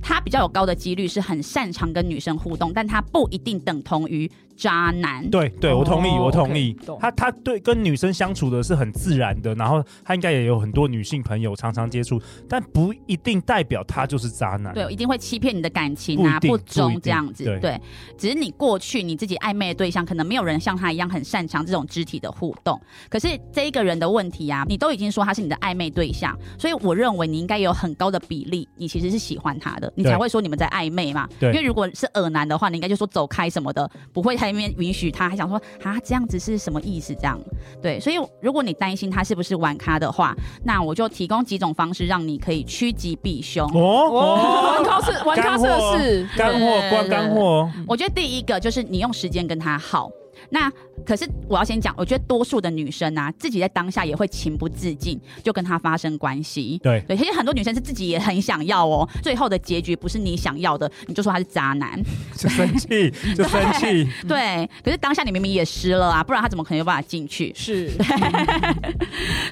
Speaker 5: 他比较有高的几率是很擅长跟女生互动，但他不一定等同于渣男。
Speaker 3: 对对，我同意，
Speaker 4: 哦
Speaker 3: 我同意
Speaker 4: OK，懂。
Speaker 3: 他他对跟女生相处的是很自然的，然后他应该也有很多女性朋友常常接触，但不一定代表他就是渣男。
Speaker 5: 对，一定会欺骗你的感情啊，
Speaker 3: 不一定
Speaker 5: 不
Speaker 3: 不一
Speaker 5: 忠
Speaker 3: 定
Speaker 5: 这样子。
Speaker 3: 对
Speaker 5: 对，只是你过去你自己暧昧的对象，可能没有人像他一样很擅长这种肢体的互动。可是这一个人的问题啊，你都已经说他是你的暧昧对象，所以我认为你应该有很高的比例，你其实是喜欢他的，你
Speaker 3: 对
Speaker 5: 才会说你们在暧昧嘛。
Speaker 3: 对
Speaker 5: 因为如果是耳男的话，你应该就说走开什么的，不会还面允许他，还想说啊这样子是什么意思这样。对，所以如果你担心他是不是玩咖的话，那我就提供几种方式让你可以趋吉避凶。
Speaker 3: 哦，
Speaker 4: 玩咖 是玩咖
Speaker 3: 干货哦
Speaker 4: 色是
Speaker 3: 干货，
Speaker 5: 对
Speaker 3: 光干货哦。
Speaker 5: 我觉得第一个就是你用时间跟他耗。那可是我要先讲，我觉得多数的女生啊，自己在当下也会情不自禁就跟他发生关系。
Speaker 3: 对
Speaker 5: 对，其实很多女生是自己也很想要哦，最后的结局不是你想要的，你就说他是渣男。
Speaker 3: 就生气，就生气。
Speaker 5: 对，可是当下你明明也湿了啊，不然他怎么可能有办法进去？
Speaker 4: 是，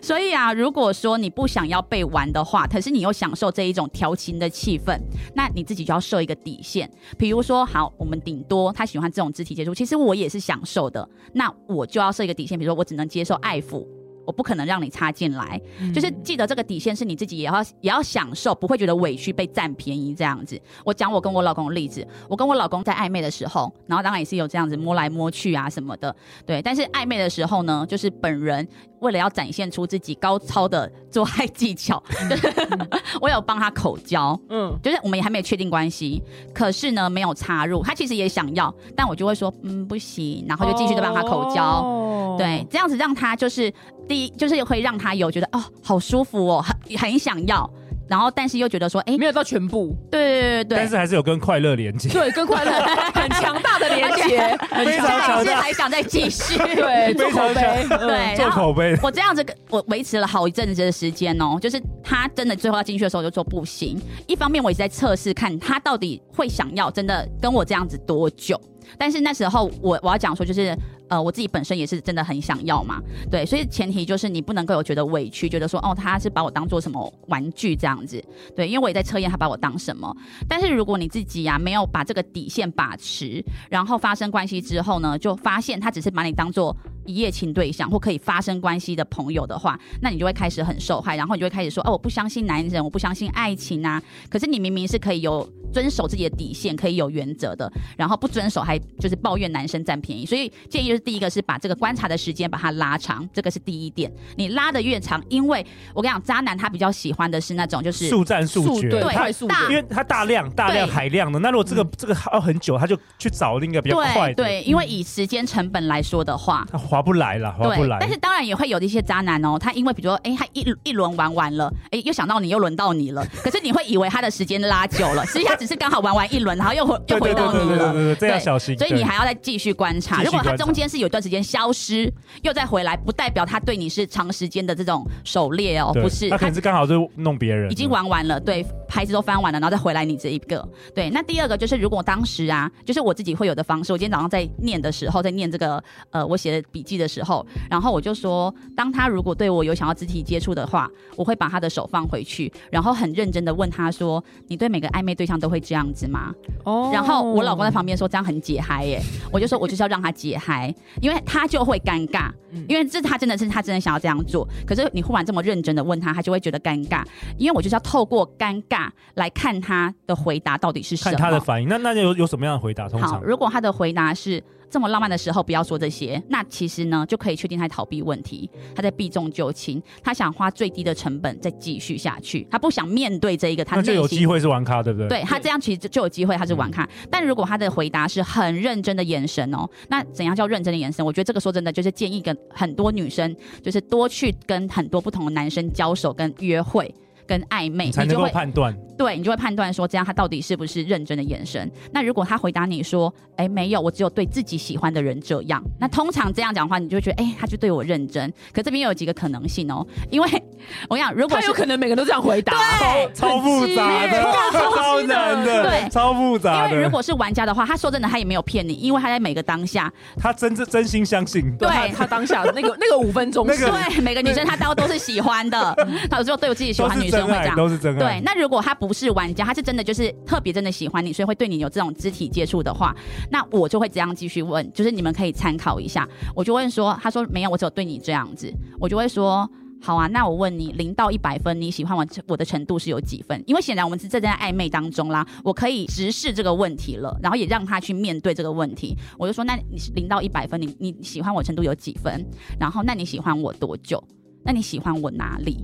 Speaker 5: 所以啊，如果说你不想要被玩的话，可是你又享受这一种调情的气氛，那你自己就要设一个底线。比如说，好，我们顶多他喜欢这种肢体接触，其实我也是享受的，那我就要设一个底线，比如说我只能接受爱抚。我不可能让你插进来。就是记得这个底线是你自己也要也要享受，不会觉得委屈被占便宜这样子。我讲我跟我老公的例子，我跟我老公在暧昧的时候，然后当然也是有这样子摸来摸去啊什么的，对。但是暧昧的时候呢，就是本人为了要展现出自己高超的做爱技巧，就是 我有帮他口交，
Speaker 4: 嗯，
Speaker 5: 就是我们也还没有确定关系，可是呢没有插入，他其实也想要，但我就会说嗯不行，然后就继续的帮他口交。
Speaker 4: 哦，
Speaker 5: 对，这样子让他就是第一，就是会让他有觉得哦，好舒服哦，很很想要，然后但是又觉得说，哎、
Speaker 4: 没有到全部，
Speaker 5: 对对对对
Speaker 3: 但是还是有跟快乐连接。
Speaker 4: 对，跟快 乐很强大的连接，很
Speaker 3: 非
Speaker 5: 对，
Speaker 3: 常强
Speaker 4: 强大
Speaker 5: 下一次
Speaker 3: 大
Speaker 5: 还想再继 续，
Speaker 4: 对，做
Speaker 3: 非常
Speaker 4: 口碑，嗯
Speaker 5: 对，
Speaker 3: 做
Speaker 5: 然后
Speaker 3: 口碑，
Speaker 5: 我这样子跟我维持了好一阵子的时间哦，就是他真的最后要进去的时候，我就说不行。一方面我一直在测试看他到底会想要真的跟我这样子多久，但是那时候我我要讲说就是。呃，我自己本身也是真的很想要嘛，对，所以前提就是你不能够有觉得委屈，觉得说哦，他是把我当做什么玩具这样子，对，因为我也在测验他把我当什么。但是如果你自己呀、没有把这个底线把持，然后发生关系之后呢，就发现他只是把你当做一夜情对象或可以发生关系的朋友的话，那你就会开始很受害，然后你就会开始说，哦，我不相信男人，我不相信爱情啊。可是你明明是可以有遵守自己的底线，可以有原则的，然后不遵守还就是抱怨男生占便宜。所以建议就是第一个是把这个观察的时间把它拉长，这个是第一点。你拉的越长，因为我跟你讲，渣男他比较喜欢的是那种就是
Speaker 3: 速战速决，
Speaker 4: 对
Speaker 5: 对
Speaker 3: 他
Speaker 4: 快速的
Speaker 5: 大
Speaker 3: 因为它大量、大量、海量的。那如果这个这个要很久，他就去找另一个比较快的，嗯
Speaker 5: 嗯对对，因为以时间成本来说的话，
Speaker 3: 他划不来了，划不
Speaker 5: 对
Speaker 3: 来，。
Speaker 5: 但是当然也会有一些渣男哦，他因为比如说，哎，他一一轮玩完了，哎，又想到你，又轮到你了， 可是你会以为他的时间拉久了，实际他只是刚好玩完一轮，然后又回又
Speaker 3: 对对
Speaker 5: 回
Speaker 3: 对
Speaker 5: 到你
Speaker 3: 对对
Speaker 5: 了。
Speaker 3: 对，这要
Speaker 5: 对
Speaker 3: 小心。
Speaker 5: 所以你
Speaker 3: 对
Speaker 5: 还要再继续观察，
Speaker 3: 继续
Speaker 5: 如果他
Speaker 3: 观察
Speaker 5: 中间是有一段时间消失，又再回来，不代表他对你是长时间的这种狩猎哦，
Speaker 3: 对
Speaker 5: 不是，
Speaker 3: 他可能是刚好就弄别人了，嗯
Speaker 5: 已经玩完了，对，牌子都翻完了，然后再回来你这一个。对，那第二个就是，如果当时啊，就是我自己会有的方式，我今天早上在念的时候，在念这个呃我写的笔记的时候，然后我就说，当他如果对我有想要肢体接触的话，我会把他的手放回去，然后很认真的问他说，你对每个暧昧对象都会这样子吗？
Speaker 4: 哦
Speaker 5: 然后我老公在旁边说这样很解嗨耶，
Speaker 3: 哦
Speaker 5: 我就说我就是要让他解嗨，因为他就会尴尬，
Speaker 3: 嗯
Speaker 5: 因为这他真的是他真的想要这样做，可是你忽然这么认真的问他，他就会觉得尴尬，因为我就是要透过尴尬来看他的回答到底是什
Speaker 3: 看
Speaker 5: 么。
Speaker 3: 他的反应。那那有有什么样的回答？通
Speaker 5: 好，
Speaker 3: 常
Speaker 5: 如果他的回答是这么浪漫的时候不要说这些，那其实呢就可以确定他在逃避问题，他在避重就轻，他想花最低的成本再继续下去，他不想面对这一个他
Speaker 3: 那就
Speaker 5: 内
Speaker 3: 有
Speaker 5: 心
Speaker 3: 机会是玩咖，对不对？嗯
Speaker 5: 对他这样其实就就有机会他是玩咖，但如果他的回答是很认真的眼神哦，那怎样叫认真的眼神？我觉得这个说真的就是建议跟很多女生就是多去跟很多不同的男生交手、跟约会、跟暧昧，
Speaker 3: 你才
Speaker 5: 你
Speaker 3: 能
Speaker 5: 就
Speaker 3: 够
Speaker 5: 会
Speaker 3: 判断。
Speaker 5: 对你就会判断说这样他到底是不是认真的眼神。那如果他回答你说，哎，没有，我只有对自己喜欢的人这样，那通常这样讲话，你就会觉得，哎，他就对我认真。可这边又有几个可能性哦，因为我想如果
Speaker 4: 他
Speaker 5: 是
Speaker 4: 有可能每个人都这样回答，
Speaker 5: 对
Speaker 3: 超复杂的， 超难的，
Speaker 5: 对
Speaker 3: 超复杂
Speaker 5: 因为如
Speaker 3: 的。
Speaker 5: 果是玩家的话，他说真的，他也没有骗你，因为他在每个当下，
Speaker 3: 他真真真心相信，
Speaker 5: 对
Speaker 4: 他他当下那个那个五分钟
Speaker 3: 那
Speaker 4: 是，
Speaker 3: 个
Speaker 5: 对每个女生他都都是喜欢的， 他有时候对我自己喜
Speaker 3: 都
Speaker 5: 欢的
Speaker 3: 是
Speaker 5: 女生
Speaker 3: 真
Speaker 5: 会这
Speaker 3: 爱，
Speaker 5: 样。
Speaker 3: 都是真
Speaker 5: 对
Speaker 3: 爱，。
Speaker 5: 那如果他不是玩家，他是真的就是特别真的喜欢你，所以会对你有这种肢体接触的话，那我就会这样继续问，就是你们可以参考一下。我就问说，他说没有，我只有对你这样子，我就会说。好啊，那我问你，零到一百分，你喜欢我我的程度是有几分？因为显然我们是正在暧昧当中啦，我可以直视这个问题了，然后也让他去面对这个问题。我就说，那你零到一百分，你你喜欢我程度有几分？然后，那你喜欢我多久？那你喜欢我哪里？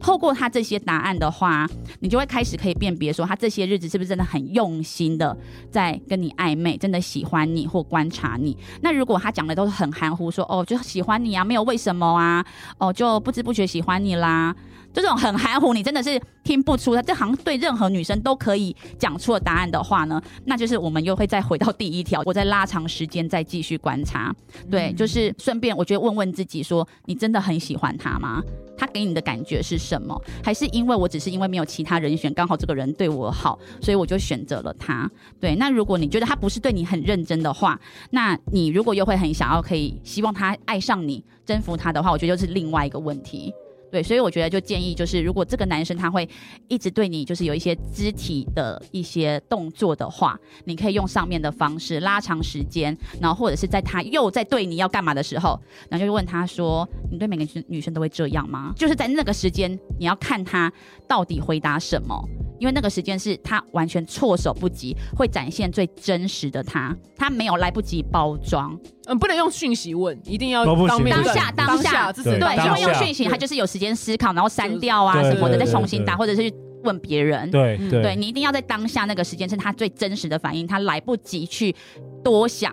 Speaker 5: 透过他这些答案的话，你就会开始可以辨别说他这些日子是不是真的很用心的在跟你暧昧，真的喜欢你或观察你。那如果他讲的都是很含糊，说哦就喜欢你啊，没有为什么啊，哦就不知不觉喜欢你啦，这种很含糊，你真的是听不出他这好像对任何女生都可以讲出的答案的话呢，那就是我们又会再回到第一啊条，我再拉长时间再继续观察。对，就是顺便我觉得问问自己说，你真的很喜欢他吗？他给你的感觉是什么？还是因为我只是因为没有其他人选，刚好这个人对我好，所以我就选择了他。对，那如果你觉得他不是对你很认真的话，那你如果又会很想要可以希望他爱上你、征服他的话，我觉得又是另外一个问题。对，所以我觉得就建议就是，如果这个男生他会一直对你就是有一些肢体的一些动作的话，你可以用上面的方式拉长时间，然后或者是在他又在对你要干嘛的时候，然后就问他说：“你对每个女女生都会这样吗？”就是在那个时间，你要看他到底回答什么。因为那个时间是他完全措手不及，会展现最真实的他，他没有来不及包装，
Speaker 4: 嗯，不能用讯息问，一定要
Speaker 3: 都哦不行
Speaker 4: 当面
Speaker 3: 当
Speaker 4: 问
Speaker 5: 下当
Speaker 4: 当
Speaker 5: 下
Speaker 4: 下，这是
Speaker 3: 对当
Speaker 5: 对，因
Speaker 4: 下
Speaker 5: 为用
Speaker 3: 下
Speaker 5: 讯息，
Speaker 4: 对
Speaker 5: 他就是有时间思考，然后删掉啊
Speaker 4: 对
Speaker 5: 什么的，
Speaker 4: 对
Speaker 5: 再
Speaker 4: 对
Speaker 5: 重新
Speaker 3: 对
Speaker 5: 打，或者是去问别人。
Speaker 3: 对
Speaker 4: 嗯
Speaker 3: 对
Speaker 5: 对你一定要在当下那个时间是他最真实的反应，他来不及去多想，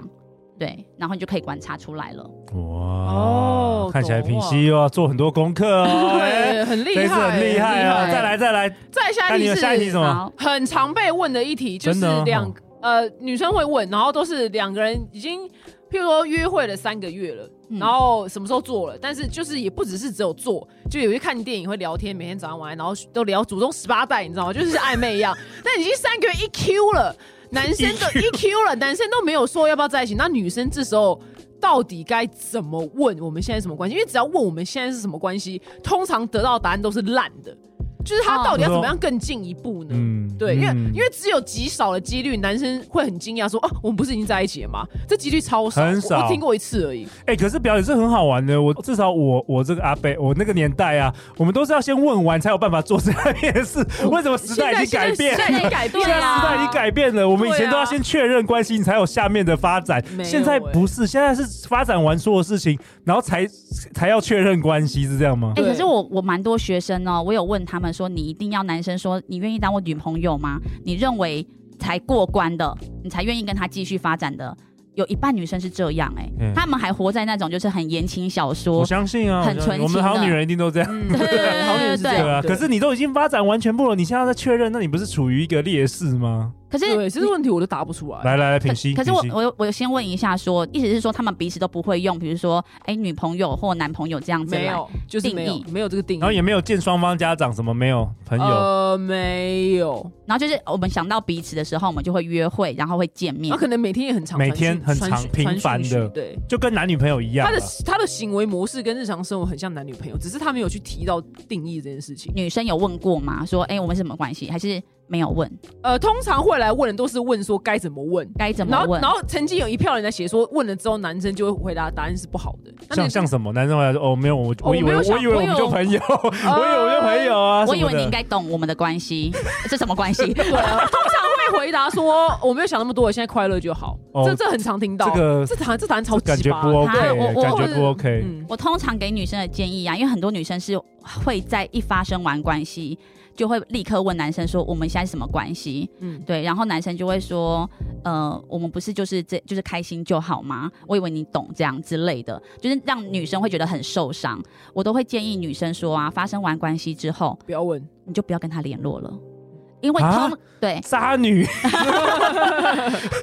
Speaker 5: 对，然后你就可以观察出来了。
Speaker 3: 哇，
Speaker 4: 哦
Speaker 3: 看起来
Speaker 4: 懂
Speaker 3: 品
Speaker 4: 哇
Speaker 3: 析又要做很多功课哦，哎
Speaker 4: 对，很厉
Speaker 3: 这
Speaker 4: 害，
Speaker 3: 次很厉害
Speaker 5: 很
Speaker 3: 啊！
Speaker 5: 厉害
Speaker 3: 再来再来，
Speaker 4: 再下
Speaker 3: 看
Speaker 4: 一
Speaker 3: 你
Speaker 4: 题
Speaker 3: 的
Speaker 4: 是
Speaker 3: 下一题是什么？
Speaker 5: 好，
Speaker 4: 很常被问的一题，就
Speaker 3: 真
Speaker 4: 是
Speaker 3: 的哦
Speaker 4: 两呃女生会问，然后都是两个人已经，譬如说约会了三个月了，
Speaker 5: 嗯
Speaker 4: 然后什么时候做了，但是就是也不只是只有做，就有些看电影会聊天，每天早上晚安，然后都聊祖宗十八代，你知道吗？ 就是暧昧一样，但已经三个 月一 Q 了，男生都一 Q 了，男生都没有说要不要在一起，那女生这时候。到底该怎么问我们现在什么关系？因为只要问我们现在是什么关系，通常得到的答案都是烂的，就是他
Speaker 5: 哦
Speaker 4: 到底要怎么样更进一步呢？
Speaker 3: 嗯
Speaker 4: 对，因为、
Speaker 3: 嗯
Speaker 4: 因为只有极少的几率，男生会很惊讶说：“哦，我们不是已经在一起了吗？”这几率超少，
Speaker 3: 很
Speaker 4: 我
Speaker 3: 少
Speaker 4: 我听过一次而已。
Speaker 3: 哎、可是表演是很好玩的。我至少我我这个阿伯，我那个年代啊，我们都是要先问完才有办法做这件事。为什么时代已经改变？
Speaker 4: 现在已经改
Speaker 5: 对
Speaker 4: 变
Speaker 3: 现在
Speaker 4: 了
Speaker 5: 啊
Speaker 3: 时代已经改变了，我们以前都要先确认关系，你才有下面的发展。
Speaker 4: 没有
Speaker 3: 现在不是，现在是发展完所有事情，然后才才要确认关系，是这样吗？
Speaker 5: 哎、
Speaker 4: 对
Speaker 5: 可是我我蛮多学生哦，我有问他们说，你一定要男生说你愿意当我女朋友吗？你认为才过关的，你才愿意跟他继续发展的，有一半女生是这样哎、
Speaker 3: 嗯
Speaker 5: 他们还活在那种就是很言情小
Speaker 3: 我
Speaker 5: 说，
Speaker 3: 相信啊，
Speaker 5: 很
Speaker 3: 我相信
Speaker 5: 纯
Speaker 3: 我们好
Speaker 5: 情的
Speaker 3: 女人一定都这样。
Speaker 4: 嗯，
Speaker 5: 对
Speaker 4: 对，好女人是这
Speaker 5: 对
Speaker 4: 样。
Speaker 3: 对啊，可是你都已经发展完全部了，你现在在确认，那你不是处于一个劣势吗？
Speaker 5: 可是
Speaker 4: 对，这个问题我都答不出来。
Speaker 3: 来来来，品析。
Speaker 5: 哎可是我
Speaker 3: 品析
Speaker 5: 我有我有先问一下说，意思是说他们彼此都不会用，比如说哎、女朋友或男朋友这样子
Speaker 4: 没
Speaker 5: 来。
Speaker 4: 有，就是没有
Speaker 5: 定，
Speaker 4: 没有这个定义。
Speaker 3: 然后也没有见双方家长，什么没有朋友，
Speaker 4: 呃，没有，
Speaker 5: 然后就是我们想到彼此的时候，我们就会约会，然后会见面
Speaker 4: 他。可能每天也很长，
Speaker 3: 每天很
Speaker 4: 传
Speaker 3: 长
Speaker 4: 讯
Speaker 3: 频
Speaker 4: 传讯
Speaker 3: 繁的
Speaker 4: 息对。
Speaker 3: 就跟男女朋友一样
Speaker 4: 他
Speaker 3: 啊。
Speaker 4: 的他的行为模式跟日常生活很像男女朋友，只是他没有去提到定义这件事情。
Speaker 5: 女生有问过吗？说哎、我们是什么关系？还是没有问？
Speaker 4: 呃，通常会来问的都是问说该怎么问，
Speaker 5: 该怎
Speaker 4: 然
Speaker 5: 么
Speaker 4: 后，
Speaker 5: 问
Speaker 4: 然？后曾经有一票人在写说，问了之后男生就会回答答案是不好的。那
Speaker 3: 像
Speaker 4: 你
Speaker 3: 像什么男生回来说哦没有我我以
Speaker 4: 我没
Speaker 3: 为
Speaker 4: 有想
Speaker 3: 我以为我们就朋友， 我以为我们就朋友啊，
Speaker 5: 呃我以
Speaker 3: 什么
Speaker 5: 为
Speaker 3: 的
Speaker 5: 你应该懂我们的 关系，这什么关系？
Speaker 4: 对啊，通常会回答说我没有想那么多，我现在快乐就好。
Speaker 3: 哦
Speaker 4: 这这很常听到，
Speaker 3: 这个
Speaker 4: 这答这答案超级
Speaker 3: 感觉不 OK，
Speaker 5: 啊我我
Speaker 3: 感觉不 OK。
Speaker 4: 嗯，
Speaker 5: 我通常给女生的建议啊，因为很多女生是会在一发生完关系，就会立刻问男生说我们现在是什么关系？
Speaker 4: 嗯
Speaker 5: 对，然后男生就会说，呃，我们不是就是这就是开心就好吗？我以为你懂这样之类的，就是让女生会觉得很受伤。我都会建议女生说啊，发生完关系之后，
Speaker 4: 不要问，
Speaker 5: 你就不要跟他联络了。因为通、
Speaker 3: 啊
Speaker 5: 对
Speaker 3: 渣女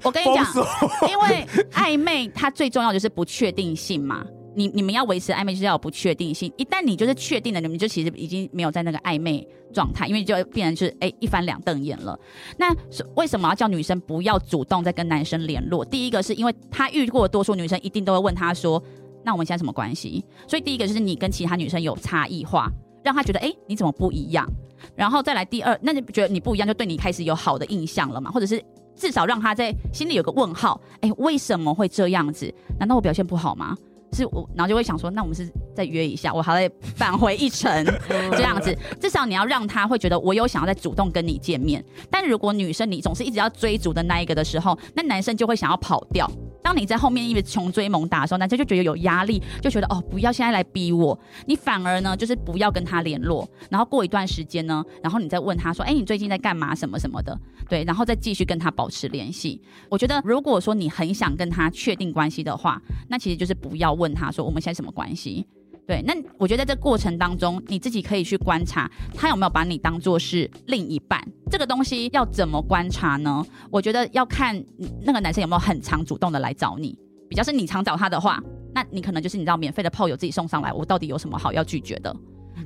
Speaker 5: 我跟 你
Speaker 3: 封
Speaker 5: 讲，
Speaker 3: 锁，
Speaker 5: 因为暧昧它最重要就是不确定性嘛。你你们要维持暧昧就是要有不确定性，一旦你就是确定了，你们就其实已经没有在那个暧昧状态，因为就变成就是哎、一翻两瞪眼了。那是为什么要叫女生不要主动再跟男生联络？第一个是因为她遇过的多数女生一定都会问她说，那我们现在什么关系？所以第一个就是你跟其他女生有差异化，让她觉得哎、你怎么不一样？然后再来第二，那就觉得你不一样，就对你开始有好的印象了嘛，或者是至少让他在心里有个问号，哎，为什么会这样子？难道我表现不好吗？是我，然后就会想说，那我们是再约一下，我还得返回一程这样子。至少你要让他会觉得我有想要再主动跟你见面。但如果女生你总是一直要追逐的那一个的时候，那男生就会想要跑掉。当你在后面一直穷追猛打的时候，男生就觉得有压力，就觉得哦，不要现在来逼我。你反而呢，就是不要跟他联络，然后过一段时间呢，然后你再问他说，哎，你最近在干嘛什么什么的，对，然后再继续跟他保持联系。我觉得，如果说你很想跟他确定关系的话，那其实就是不要问他说我们现在什么关系。对，那我觉得在这过程当中，你自己可以去观察他有没有把你当做是另一半。这个东西要怎么观察呢？我觉得要看你那个男生有没有很常主动的来找你，比较是你常找他的话，那你可能就是你知道免费的炮友自己送上来，我到底有什么好要拒绝的？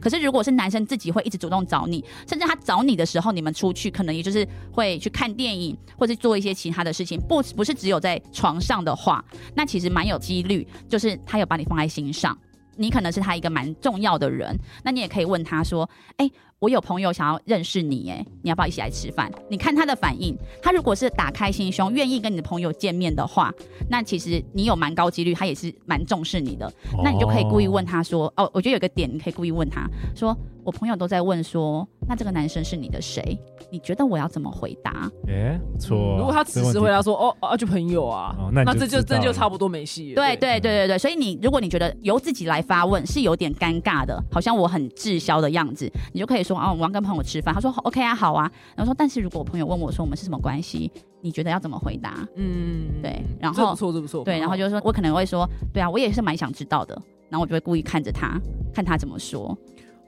Speaker 5: 可是如果是男生自己会一直主动找你，甚至他找你的时候，你们出去可能也就是会去看电影，或是做一些其他的事情，不不是只有在床上的话，那其实蛮有几率，就是他有把你放在心上。你可能是他一个蛮重要的人，那你也可以问他说，哎、我有朋友想要认识你，哎，你要不要一起来吃饭？你看他的反应，他如果是打开心胸，愿意跟你的朋友见面的话，那其实你有蛮高几率，他也是蛮重视你的。
Speaker 3: 哦
Speaker 5: 那你就可以故意问他说：“哦，我觉得有个点，你可以故意问他说，我朋友都在问说，那这个男生是你的谁？你觉得我要怎么回答？
Speaker 3: 哎，不错。
Speaker 4: 如果他此时回答说哦哦、啊就朋友啊，
Speaker 3: 哦那你就
Speaker 4: 这就
Speaker 3: 知道
Speaker 4: 这
Speaker 3: 了
Speaker 4: 就差不多没戏了。
Speaker 5: 对对对对对，所以你如果你觉得由自己来发问是有点尴尬的，好像我很滞销的样子，你就可以说：哦，我要跟朋友吃饭。他说：OK 啊，好啊。然后说，但是如果我朋友问我说我们是什么关系，你觉得要怎么回答？
Speaker 4: 嗯
Speaker 5: 对然
Speaker 4: 这
Speaker 5: 后
Speaker 4: 不错，这不错，
Speaker 5: 对，然后
Speaker 4: 就
Speaker 5: 就是说我可能会说：对啊，我也是蛮想知道的。然后我就会故意看着他，看他怎么说。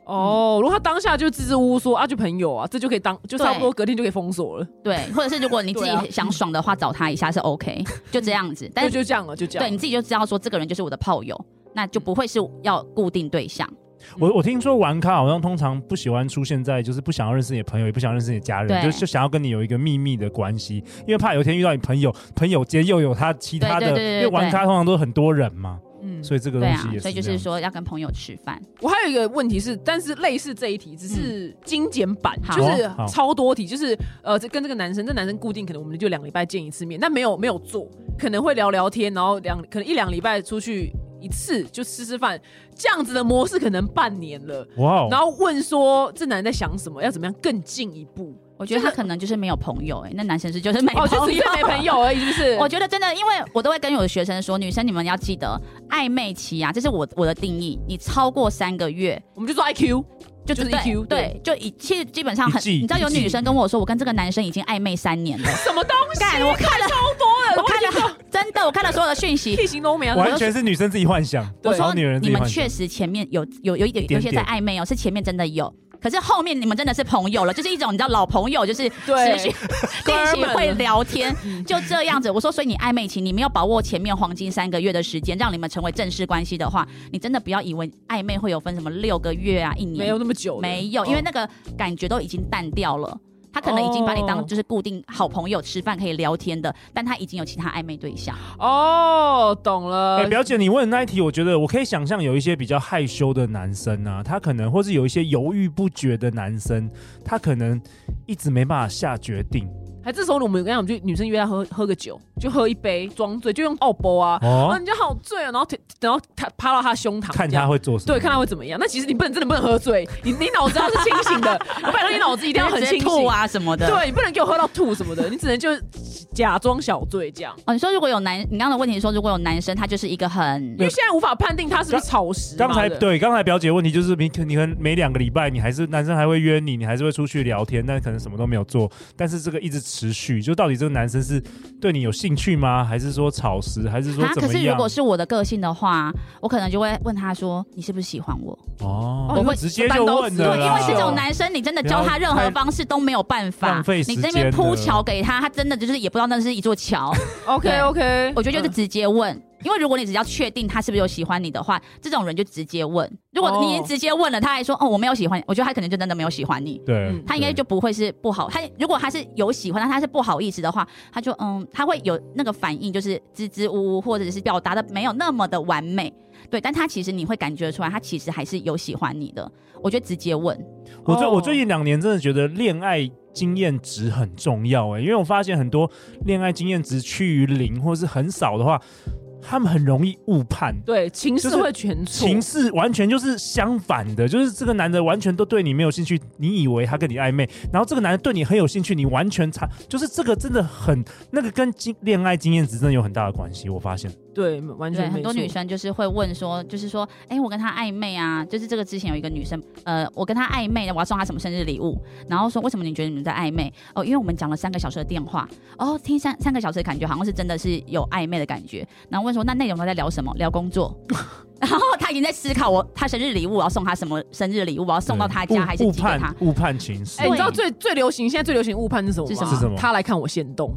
Speaker 4: 哦，如果他当下就支支吾吾说啊就朋友啊，这就可以当就
Speaker 5: 对
Speaker 4: 差不多隔天就可以封锁了，
Speaker 5: 对， 或者是如果你自
Speaker 4: 对啊
Speaker 5: 己想爽的话，找他一下 是 OK，就这样子。但
Speaker 4: 对，
Speaker 5: 是
Speaker 4: 就这样了，就这样。
Speaker 5: 对，你自己就知道说这个人就是我的炮友，那就不会是要固定对象。
Speaker 3: 我我听说玩咖好像通常不喜欢出现在就是不想要认识你的朋友，也不想认识你的家人，
Speaker 5: 对
Speaker 3: 就就想要跟你有一个秘密的关系，因为怕有一天遇到你朋友，朋友间又有他其他的，
Speaker 5: 对对对对
Speaker 3: 因为玩咖通常都很多人嘛，
Speaker 4: 嗯，
Speaker 3: 所以这个
Speaker 5: 对
Speaker 3: 东
Speaker 5: 啊
Speaker 3: 西也，是、
Speaker 5: 所以就是，说要跟朋友吃饭，
Speaker 4: 我还有一个问题是，但是类似这一题，只是精简版，
Speaker 5: 嗯好
Speaker 4: 就是
Speaker 3: 好
Speaker 4: 超多题，就是呃，这跟这个男生，这男生固定可能我们就两个礼拜见一次面，但没有没有做，可能会聊聊天，然后两可能一两礼拜出去一次就吃吃饭，这样子的模式可能半年了。
Speaker 3: 哇哦，
Speaker 4: 然后问说这男人在想什么，要怎么样更进一步？
Speaker 5: 我觉得他可能就是没有朋友、欸，那男生是就是没
Speaker 4: 哦，
Speaker 5: 朋友，
Speaker 4: 就只是没朋。友而已，是不是？
Speaker 5: 我觉得真的，因为我都会跟我的学生说，女生你们要记得暧昧期啊，这是我我的定义。你超过三个月，
Speaker 4: 我们就做 IQ，
Speaker 5: 就
Speaker 4: 就是
Speaker 5: 对
Speaker 4: EQ
Speaker 5: 对，就一其实基本上
Speaker 3: 一
Speaker 5: 很，
Speaker 3: 季
Speaker 5: 你知道有
Speaker 3: 一季
Speaker 5: 女生跟我说，我跟这个男生已经暧昧三年 了，
Speaker 4: 什么东西？啊
Speaker 5: 干我看了
Speaker 4: 超多了，
Speaker 5: 我看
Speaker 4: 已经
Speaker 5: 了真的，我看了所有的讯息，
Speaker 4: 地形都没有。
Speaker 3: 完全是女生自己幻 想，
Speaker 5: 我
Speaker 3: 然后
Speaker 5: 说
Speaker 3: 女人自
Speaker 5: 你
Speaker 3: 己
Speaker 5: 们
Speaker 3: 幻想
Speaker 5: 确。实前面有有有一点
Speaker 3: 点
Speaker 5: 有些在暧昧哦，是前面真的有。可是后面你们真的是朋友了，就是一种你知道老朋友，就是
Speaker 4: 对
Speaker 5: 持续
Speaker 4: 哥
Speaker 5: 定
Speaker 4: 们
Speaker 5: 期会聊 天，就这样子。我说，所以你暧昧期，你没有把握前面黄金三个月的时间，让你们成为正式关系的话，你真的不要以为暧昧会有分什么六个月啊、一年，
Speaker 4: 没有哦那么久了，
Speaker 5: 没有，因为那个感觉都已经淡掉了。他可能已经把你
Speaker 4: 哦
Speaker 5: 当就是固定好朋友吃饭可以聊天的，但他已经有其他暧昧对象。
Speaker 4: 哦，懂了。
Speaker 3: 哎、表姐，你问的那一题，我觉得我可以想象有一些比较害羞的男生啊，他可能或是有一些犹豫不决的男生，他可能一直没办法下决定
Speaker 4: 还这时候我们跟我们就女生约他喝喝个酒，就喝一杯装醉，就用奥波啊，
Speaker 3: 哦
Speaker 4: 啊，，你就好醉啊，然后然后他趴到他胸膛，
Speaker 3: 看
Speaker 4: 这
Speaker 3: 他
Speaker 4: 样。
Speaker 3: 会做什么。
Speaker 4: 对，看他会怎么样。那其实你不能真的不能喝醉，你你脑子要是清 醒的，我拜托你脑子一
Speaker 5: 一
Speaker 4: 定 要很清
Speaker 5: 吐
Speaker 4: 醒。
Speaker 5: 啊什么的。
Speaker 4: 对，你不能给我喝到吐什么的，你只能就假装小醉这样。
Speaker 5: 哦，你说如果有男，你刚刚的问题是说如果有男生，他就是一个很
Speaker 4: 因为现在无法判定他是不是草食嘛。
Speaker 3: 刚才
Speaker 4: 对不对
Speaker 3: 对，刚才表姐的问题就是你，你可能每两个礼拜，你还是男生还会约你，你还是会出去聊天，但可能什么都没有做。但是这个一直持续，就到底这个男生是对你有兴趣吗？还是说草食？还是说
Speaker 5: 啊，
Speaker 3: 怎
Speaker 5: 可
Speaker 3: 么
Speaker 5: 是如
Speaker 3: 样？
Speaker 5: 果是我的个性的话，我可能就会问他说你是不是喜欢我？
Speaker 3: 哦，
Speaker 5: 我会
Speaker 3: 直接就问
Speaker 4: 对
Speaker 3: 了
Speaker 5: 对，
Speaker 3: 啦，哦
Speaker 5: 因为这种男生你真的教他任何方式都没有办法
Speaker 3: 浪费，时
Speaker 5: 你
Speaker 3: 间
Speaker 5: 这边铺桥给他，他真的就是也不知道那是一 座桥。
Speaker 4: ，OK OK，
Speaker 5: 我觉得就是直接问。因为如果你只要确定他是不是有喜欢你的话，这种人就直接问。如果你已经直接问了，他还说哦我没有喜欢你，我觉得他可能就真的没有喜欢你。
Speaker 3: 对，
Speaker 4: 嗯
Speaker 5: 他应该
Speaker 3: 对
Speaker 5: 就不会是不好。他如果他是有喜欢，但他是不好意思的话，他就嗯，他会有那个反应，就是支支吾吾，或者是表达的没有那么的完美。对，但他其实你会感觉出来，他其实还是有喜欢你的。我觉得直接问，
Speaker 3: 我最
Speaker 4: 哦
Speaker 3: 我最近两年真的觉得恋爱经验值很重要哎、因为我发现很多恋爱经验值趋于零或是很少的话，他们很容易误判。
Speaker 4: 对情势
Speaker 3: 就是
Speaker 4: 会全错。
Speaker 3: 情势完全就是相反的，就是这个男的完全都对你没有兴趣，你以为他跟你暧昧，然后这个男的对你很有兴趣，你完全差，就是这个真的很那个跟经恋爱经验值真的有很大的关系，我发现。
Speaker 4: 对，完
Speaker 5: 对，
Speaker 4: 全
Speaker 5: 很
Speaker 4: 没
Speaker 5: 多
Speaker 4: 错
Speaker 5: 女生就是会问说，就是说，哎、我跟他暧昧啊，就是这个之前有一个女生，呃，我跟他暧昧，我要送他什么生日礼物，然后说为什么你觉得你们在暧昧？哦，因为我们讲了三个小时的电话，哦，听三三个小时感觉好像是真的是有暧昧的感觉，然后问说那内容都在聊什么？聊工作。 然后他已经在思考我他生日礼物我要送他什么生日礼物，我要送到他
Speaker 3: 对
Speaker 5: 家还是
Speaker 3: 误误
Speaker 5: 寄给他
Speaker 3: 判？误判情势
Speaker 4: 哎、你知道最
Speaker 5: 对
Speaker 4: 最流行现在最流行误判是什么吗？
Speaker 5: 是什
Speaker 3: 么是什么
Speaker 4: 他来看我现动，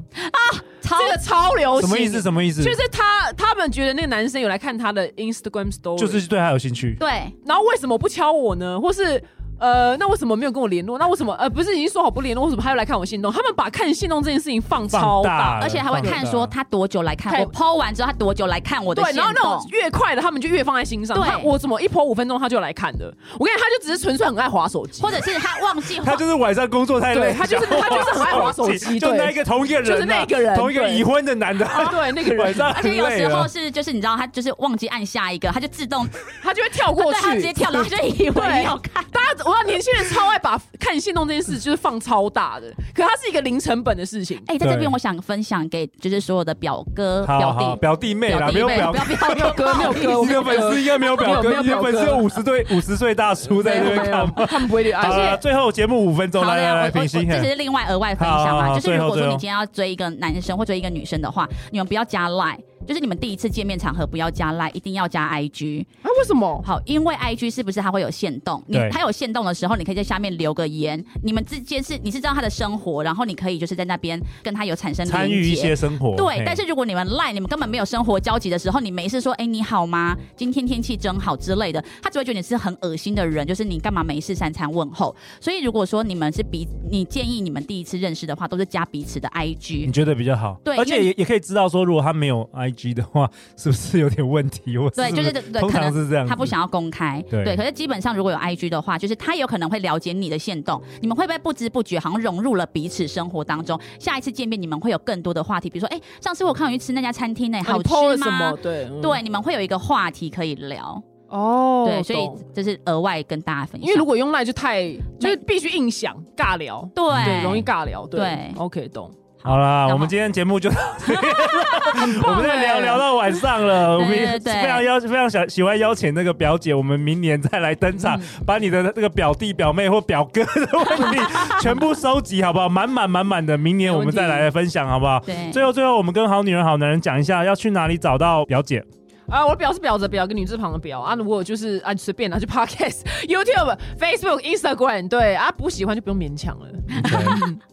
Speaker 5: 超
Speaker 4: 这个超流
Speaker 3: 什
Speaker 4: 行。
Speaker 3: 么意思？？什么意思？
Speaker 4: 就是他他们觉得那个男生有来看他的 Instagram story，
Speaker 3: 哎就是对他有兴趣。
Speaker 5: 对
Speaker 4: 然后为什么不敲我呢？或是呃，那为什么没有跟我联络？那为什么呃不是已经说好不联络，为什么还要来看我行动？他们把看行动这件事情放超
Speaker 3: 放大了，
Speaker 5: 而且还会
Speaker 3: 放
Speaker 5: 看
Speaker 3: 大
Speaker 5: 说他多久来看
Speaker 4: 看
Speaker 5: 我剖完之后他多久来看我的
Speaker 4: 对，
Speaker 5: 线
Speaker 4: 然后那种
Speaker 5: 动
Speaker 4: 越快的，他们就越放在心上。
Speaker 5: 对
Speaker 4: 他我怎么一泼五分钟他就来看的？我跟你讲，他就只是纯粹很爱划手机，
Speaker 5: 或者是他忘记
Speaker 3: 他就是晚上工作太累，
Speaker 4: 对他就是
Speaker 3: 想
Speaker 4: 他就是很爱玩手机
Speaker 3: 就
Speaker 4: 对
Speaker 3: 那一个同一个人啊，
Speaker 4: 就是那一个人
Speaker 3: 同一个
Speaker 4: 对
Speaker 3: 已婚的男的，
Speaker 4: 啊对那个人
Speaker 3: 晚上
Speaker 5: 而
Speaker 3: 很
Speaker 5: 且有
Speaker 3: 累啊
Speaker 5: 时
Speaker 3: 了
Speaker 5: 候。是就是你知道他就是忘记按下一个，他就自动
Speaker 4: 他就会跳过
Speaker 5: 对
Speaker 4: 去，
Speaker 5: 他直接跳，然后就以为你要看。
Speaker 4: 大家，我知道年轻人超爱把看线动这件事就是放超大的，可它是一个零成本的事情。
Speaker 5: 哎、在这边
Speaker 3: 对
Speaker 5: 我想分享给就是所有的表哥、
Speaker 3: 好
Speaker 5: 表
Speaker 3: 好，
Speaker 5: 弟、
Speaker 3: 表弟妹啦，
Speaker 5: 表
Speaker 3: 没
Speaker 5: 弟
Speaker 3: 有
Speaker 5: 妹、
Speaker 3: 表
Speaker 5: 不要表
Speaker 4: 没有哥
Speaker 5: 不好
Speaker 4: 没
Speaker 5: 意
Speaker 4: 有哥
Speaker 5: 思
Speaker 3: 你的粉丝应该没有表
Speaker 4: 没
Speaker 3: 哥，
Speaker 4: 有
Speaker 3: 你
Speaker 4: 没有
Speaker 3: 的
Speaker 4: 表哥
Speaker 3: 粉丝有五十对五十岁大叔在那边看吗？
Speaker 4: 他们不会恋爱，
Speaker 3: 好了，最后节目五分钟，
Speaker 5: 好
Speaker 3: 来
Speaker 5: 的呀，
Speaker 3: 来
Speaker 5: 我
Speaker 3: 来，
Speaker 5: 我我
Speaker 3: 平心。
Speaker 5: 这只
Speaker 3: 嘿
Speaker 5: 是另外额外分享
Speaker 3: 好好
Speaker 5: 嘛，
Speaker 3: 好
Speaker 5: 就是如果
Speaker 3: 最
Speaker 5: 说
Speaker 3: 后
Speaker 5: 你今天要追一个男生或追一个女生的话，你们不要加 Line，就是你们第一次见面场合不要加 Line，一定要加 IG。
Speaker 4: 啊为什么？
Speaker 5: 好，因为 IG 是不是它会有限动？你
Speaker 3: 对
Speaker 5: 它有限动的时候，你可以在下面留个言，你们之间是你是知道他的生活，然后你可以就是在那边跟他有产生
Speaker 3: 参
Speaker 5: 连
Speaker 3: 与一
Speaker 5: 结
Speaker 3: 些生活，
Speaker 5: 对
Speaker 3: 嘿，
Speaker 5: 但是如果你们赖，你们根本没有生活交集的时候，你没事说，哎、你好吗？今天天气真好之类的，他只会觉得你是很恶心的人，就是你干嘛没事三餐问候。所以如果说你们是彼，你建议你们第一次认识的话，都是加彼此的
Speaker 3: 你
Speaker 5: IG。
Speaker 3: 觉得比较好，
Speaker 5: 对
Speaker 3: 而
Speaker 5: 因
Speaker 3: 且
Speaker 5: 为
Speaker 3: 也也可以知道说，如果他没有 IG 的话，是不是有点问题？我
Speaker 5: 对，就是对，
Speaker 3: 通
Speaker 5: 可
Speaker 3: 常
Speaker 5: 能
Speaker 3: 是这样，
Speaker 5: 他不。想要公开，
Speaker 3: 对
Speaker 5: 可是基本上如果有 IG 的话，就是他有可能会了解你的限动，你们会不会不知不觉好像融入了彼此生活当中？下一次见面你们会有更多的话题，比如说，哎、上次我看你去吃那家餐厅呢、好
Speaker 4: 哦你 po 了
Speaker 5: 吃
Speaker 4: 什么
Speaker 5: 吗？？
Speaker 4: 对嗯
Speaker 5: 对，你们会有一个话题可以聊。
Speaker 4: 哦，
Speaker 5: 对，所
Speaker 4: 懂
Speaker 5: 以这是额外跟大家分享。
Speaker 4: 因为如果用赖就太就是必须硬想尬聊，
Speaker 5: 对
Speaker 4: 对，容易尬聊，对
Speaker 5: 对
Speaker 4: ，OK 懂。
Speaker 3: 好啦，
Speaker 5: 然后
Speaker 3: 我们今天节目就到这里了我们在聊
Speaker 4: 哎
Speaker 3: 聊到晚上了，我们也
Speaker 5: 欸对对对
Speaker 3: 非常邀非常想喜欢邀请那个表姐，我们明年再来登
Speaker 5: 嗯
Speaker 3: 场，把你的那个表弟、表妹或表哥的问题全部收集，好不好？满满满满的，明年我们再来来分享，好不好？
Speaker 5: 对
Speaker 3: 最后最后，我们跟好女人、好男人讲一下，要去哪里找到表 姐？
Speaker 4: 啊，我的表是表着表跟女字旁的表啊，如果就是啊随便拿去 Podcast、YouTube、Facebook、Instagram，对啊，不喜欢就不用勉强了。。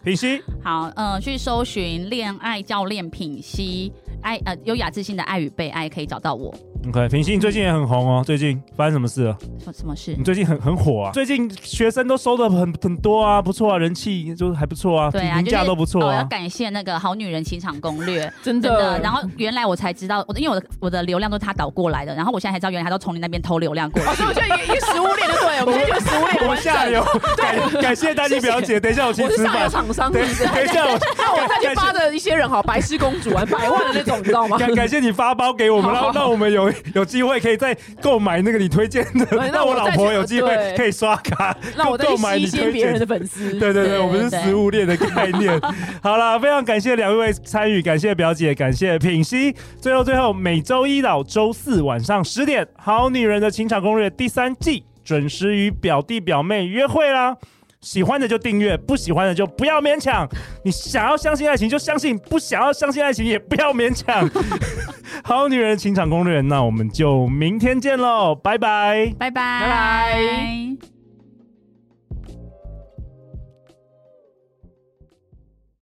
Speaker 3: 品熙，
Speaker 5: 好，嗯、去搜寻恋爱教练品析爱呃优雅自信的爱与被爱，可以找到我。
Speaker 3: OK，平心，你最近也很红哦。最近发生什么事了？
Speaker 5: 什什么事
Speaker 3: 你？最近很很火啊！最近学生都收的很很多啊，不错啊，人气就是还不错啊，
Speaker 5: 对啊，
Speaker 3: 评
Speaker 5: 就是
Speaker 3: 价都不错
Speaker 5: 哦我要
Speaker 3: 啊。
Speaker 5: 感谢那个《好女人情场攻略》
Speaker 4: 真的
Speaker 5: 真的，然后原来我才知道，我的因为我的我的流量都是他导过来的，然后我现在才知道，原来他都从你那边偷流量过
Speaker 4: 哦，
Speaker 5: 来。
Speaker 4: 所以我觉得也也食物链就 对了，我们啊现在就是食物链
Speaker 3: 我
Speaker 4: 完整
Speaker 3: 下 流，感感谢丹妮表姐。等一下我去
Speaker 4: 我是
Speaker 3: 吃
Speaker 4: 上游
Speaker 3: 饭。
Speaker 4: 厂商，
Speaker 3: 等
Speaker 4: 对对
Speaker 3: 等一 下我，
Speaker 4: 那我再去发
Speaker 3: 感
Speaker 4: 的一些人好，白痴公主啊，百万的那种，你知道吗？
Speaker 3: 感感谢你发包给我 们，
Speaker 4: 好好
Speaker 3: 让
Speaker 4: 好
Speaker 3: 让我们有有机会可以再购买那个你推荐的，
Speaker 4: 哎那
Speaker 3: 让我
Speaker 4: 我再
Speaker 3: 老
Speaker 4: 去
Speaker 3: 婆有机会
Speaker 4: 对
Speaker 3: 可以刷卡
Speaker 4: 让我再
Speaker 3: 购
Speaker 4: 去
Speaker 3: 买
Speaker 4: 吸
Speaker 3: 你
Speaker 4: 一些
Speaker 3: 推
Speaker 4: 别
Speaker 3: 荐
Speaker 4: 人的粉丝。
Speaker 3: 对对对，
Speaker 5: 对
Speaker 3: 我们是
Speaker 5: 对
Speaker 3: 食物链的概 念。好了，非常感谢两位参与，感谢表姐，感谢品熙。最后最后，每周一到周四晚上十点，《好女人的情场攻略》第三季准时与表弟表妹约会啦。喜欢的就订阅，不喜欢的就不要勉强。你想要相信爱情就相信，不想要相信爱情也不要勉强。 好女人的情场攻略，那我们就明天见喽，拜拜。
Speaker 5: 拜拜
Speaker 4: 拜拜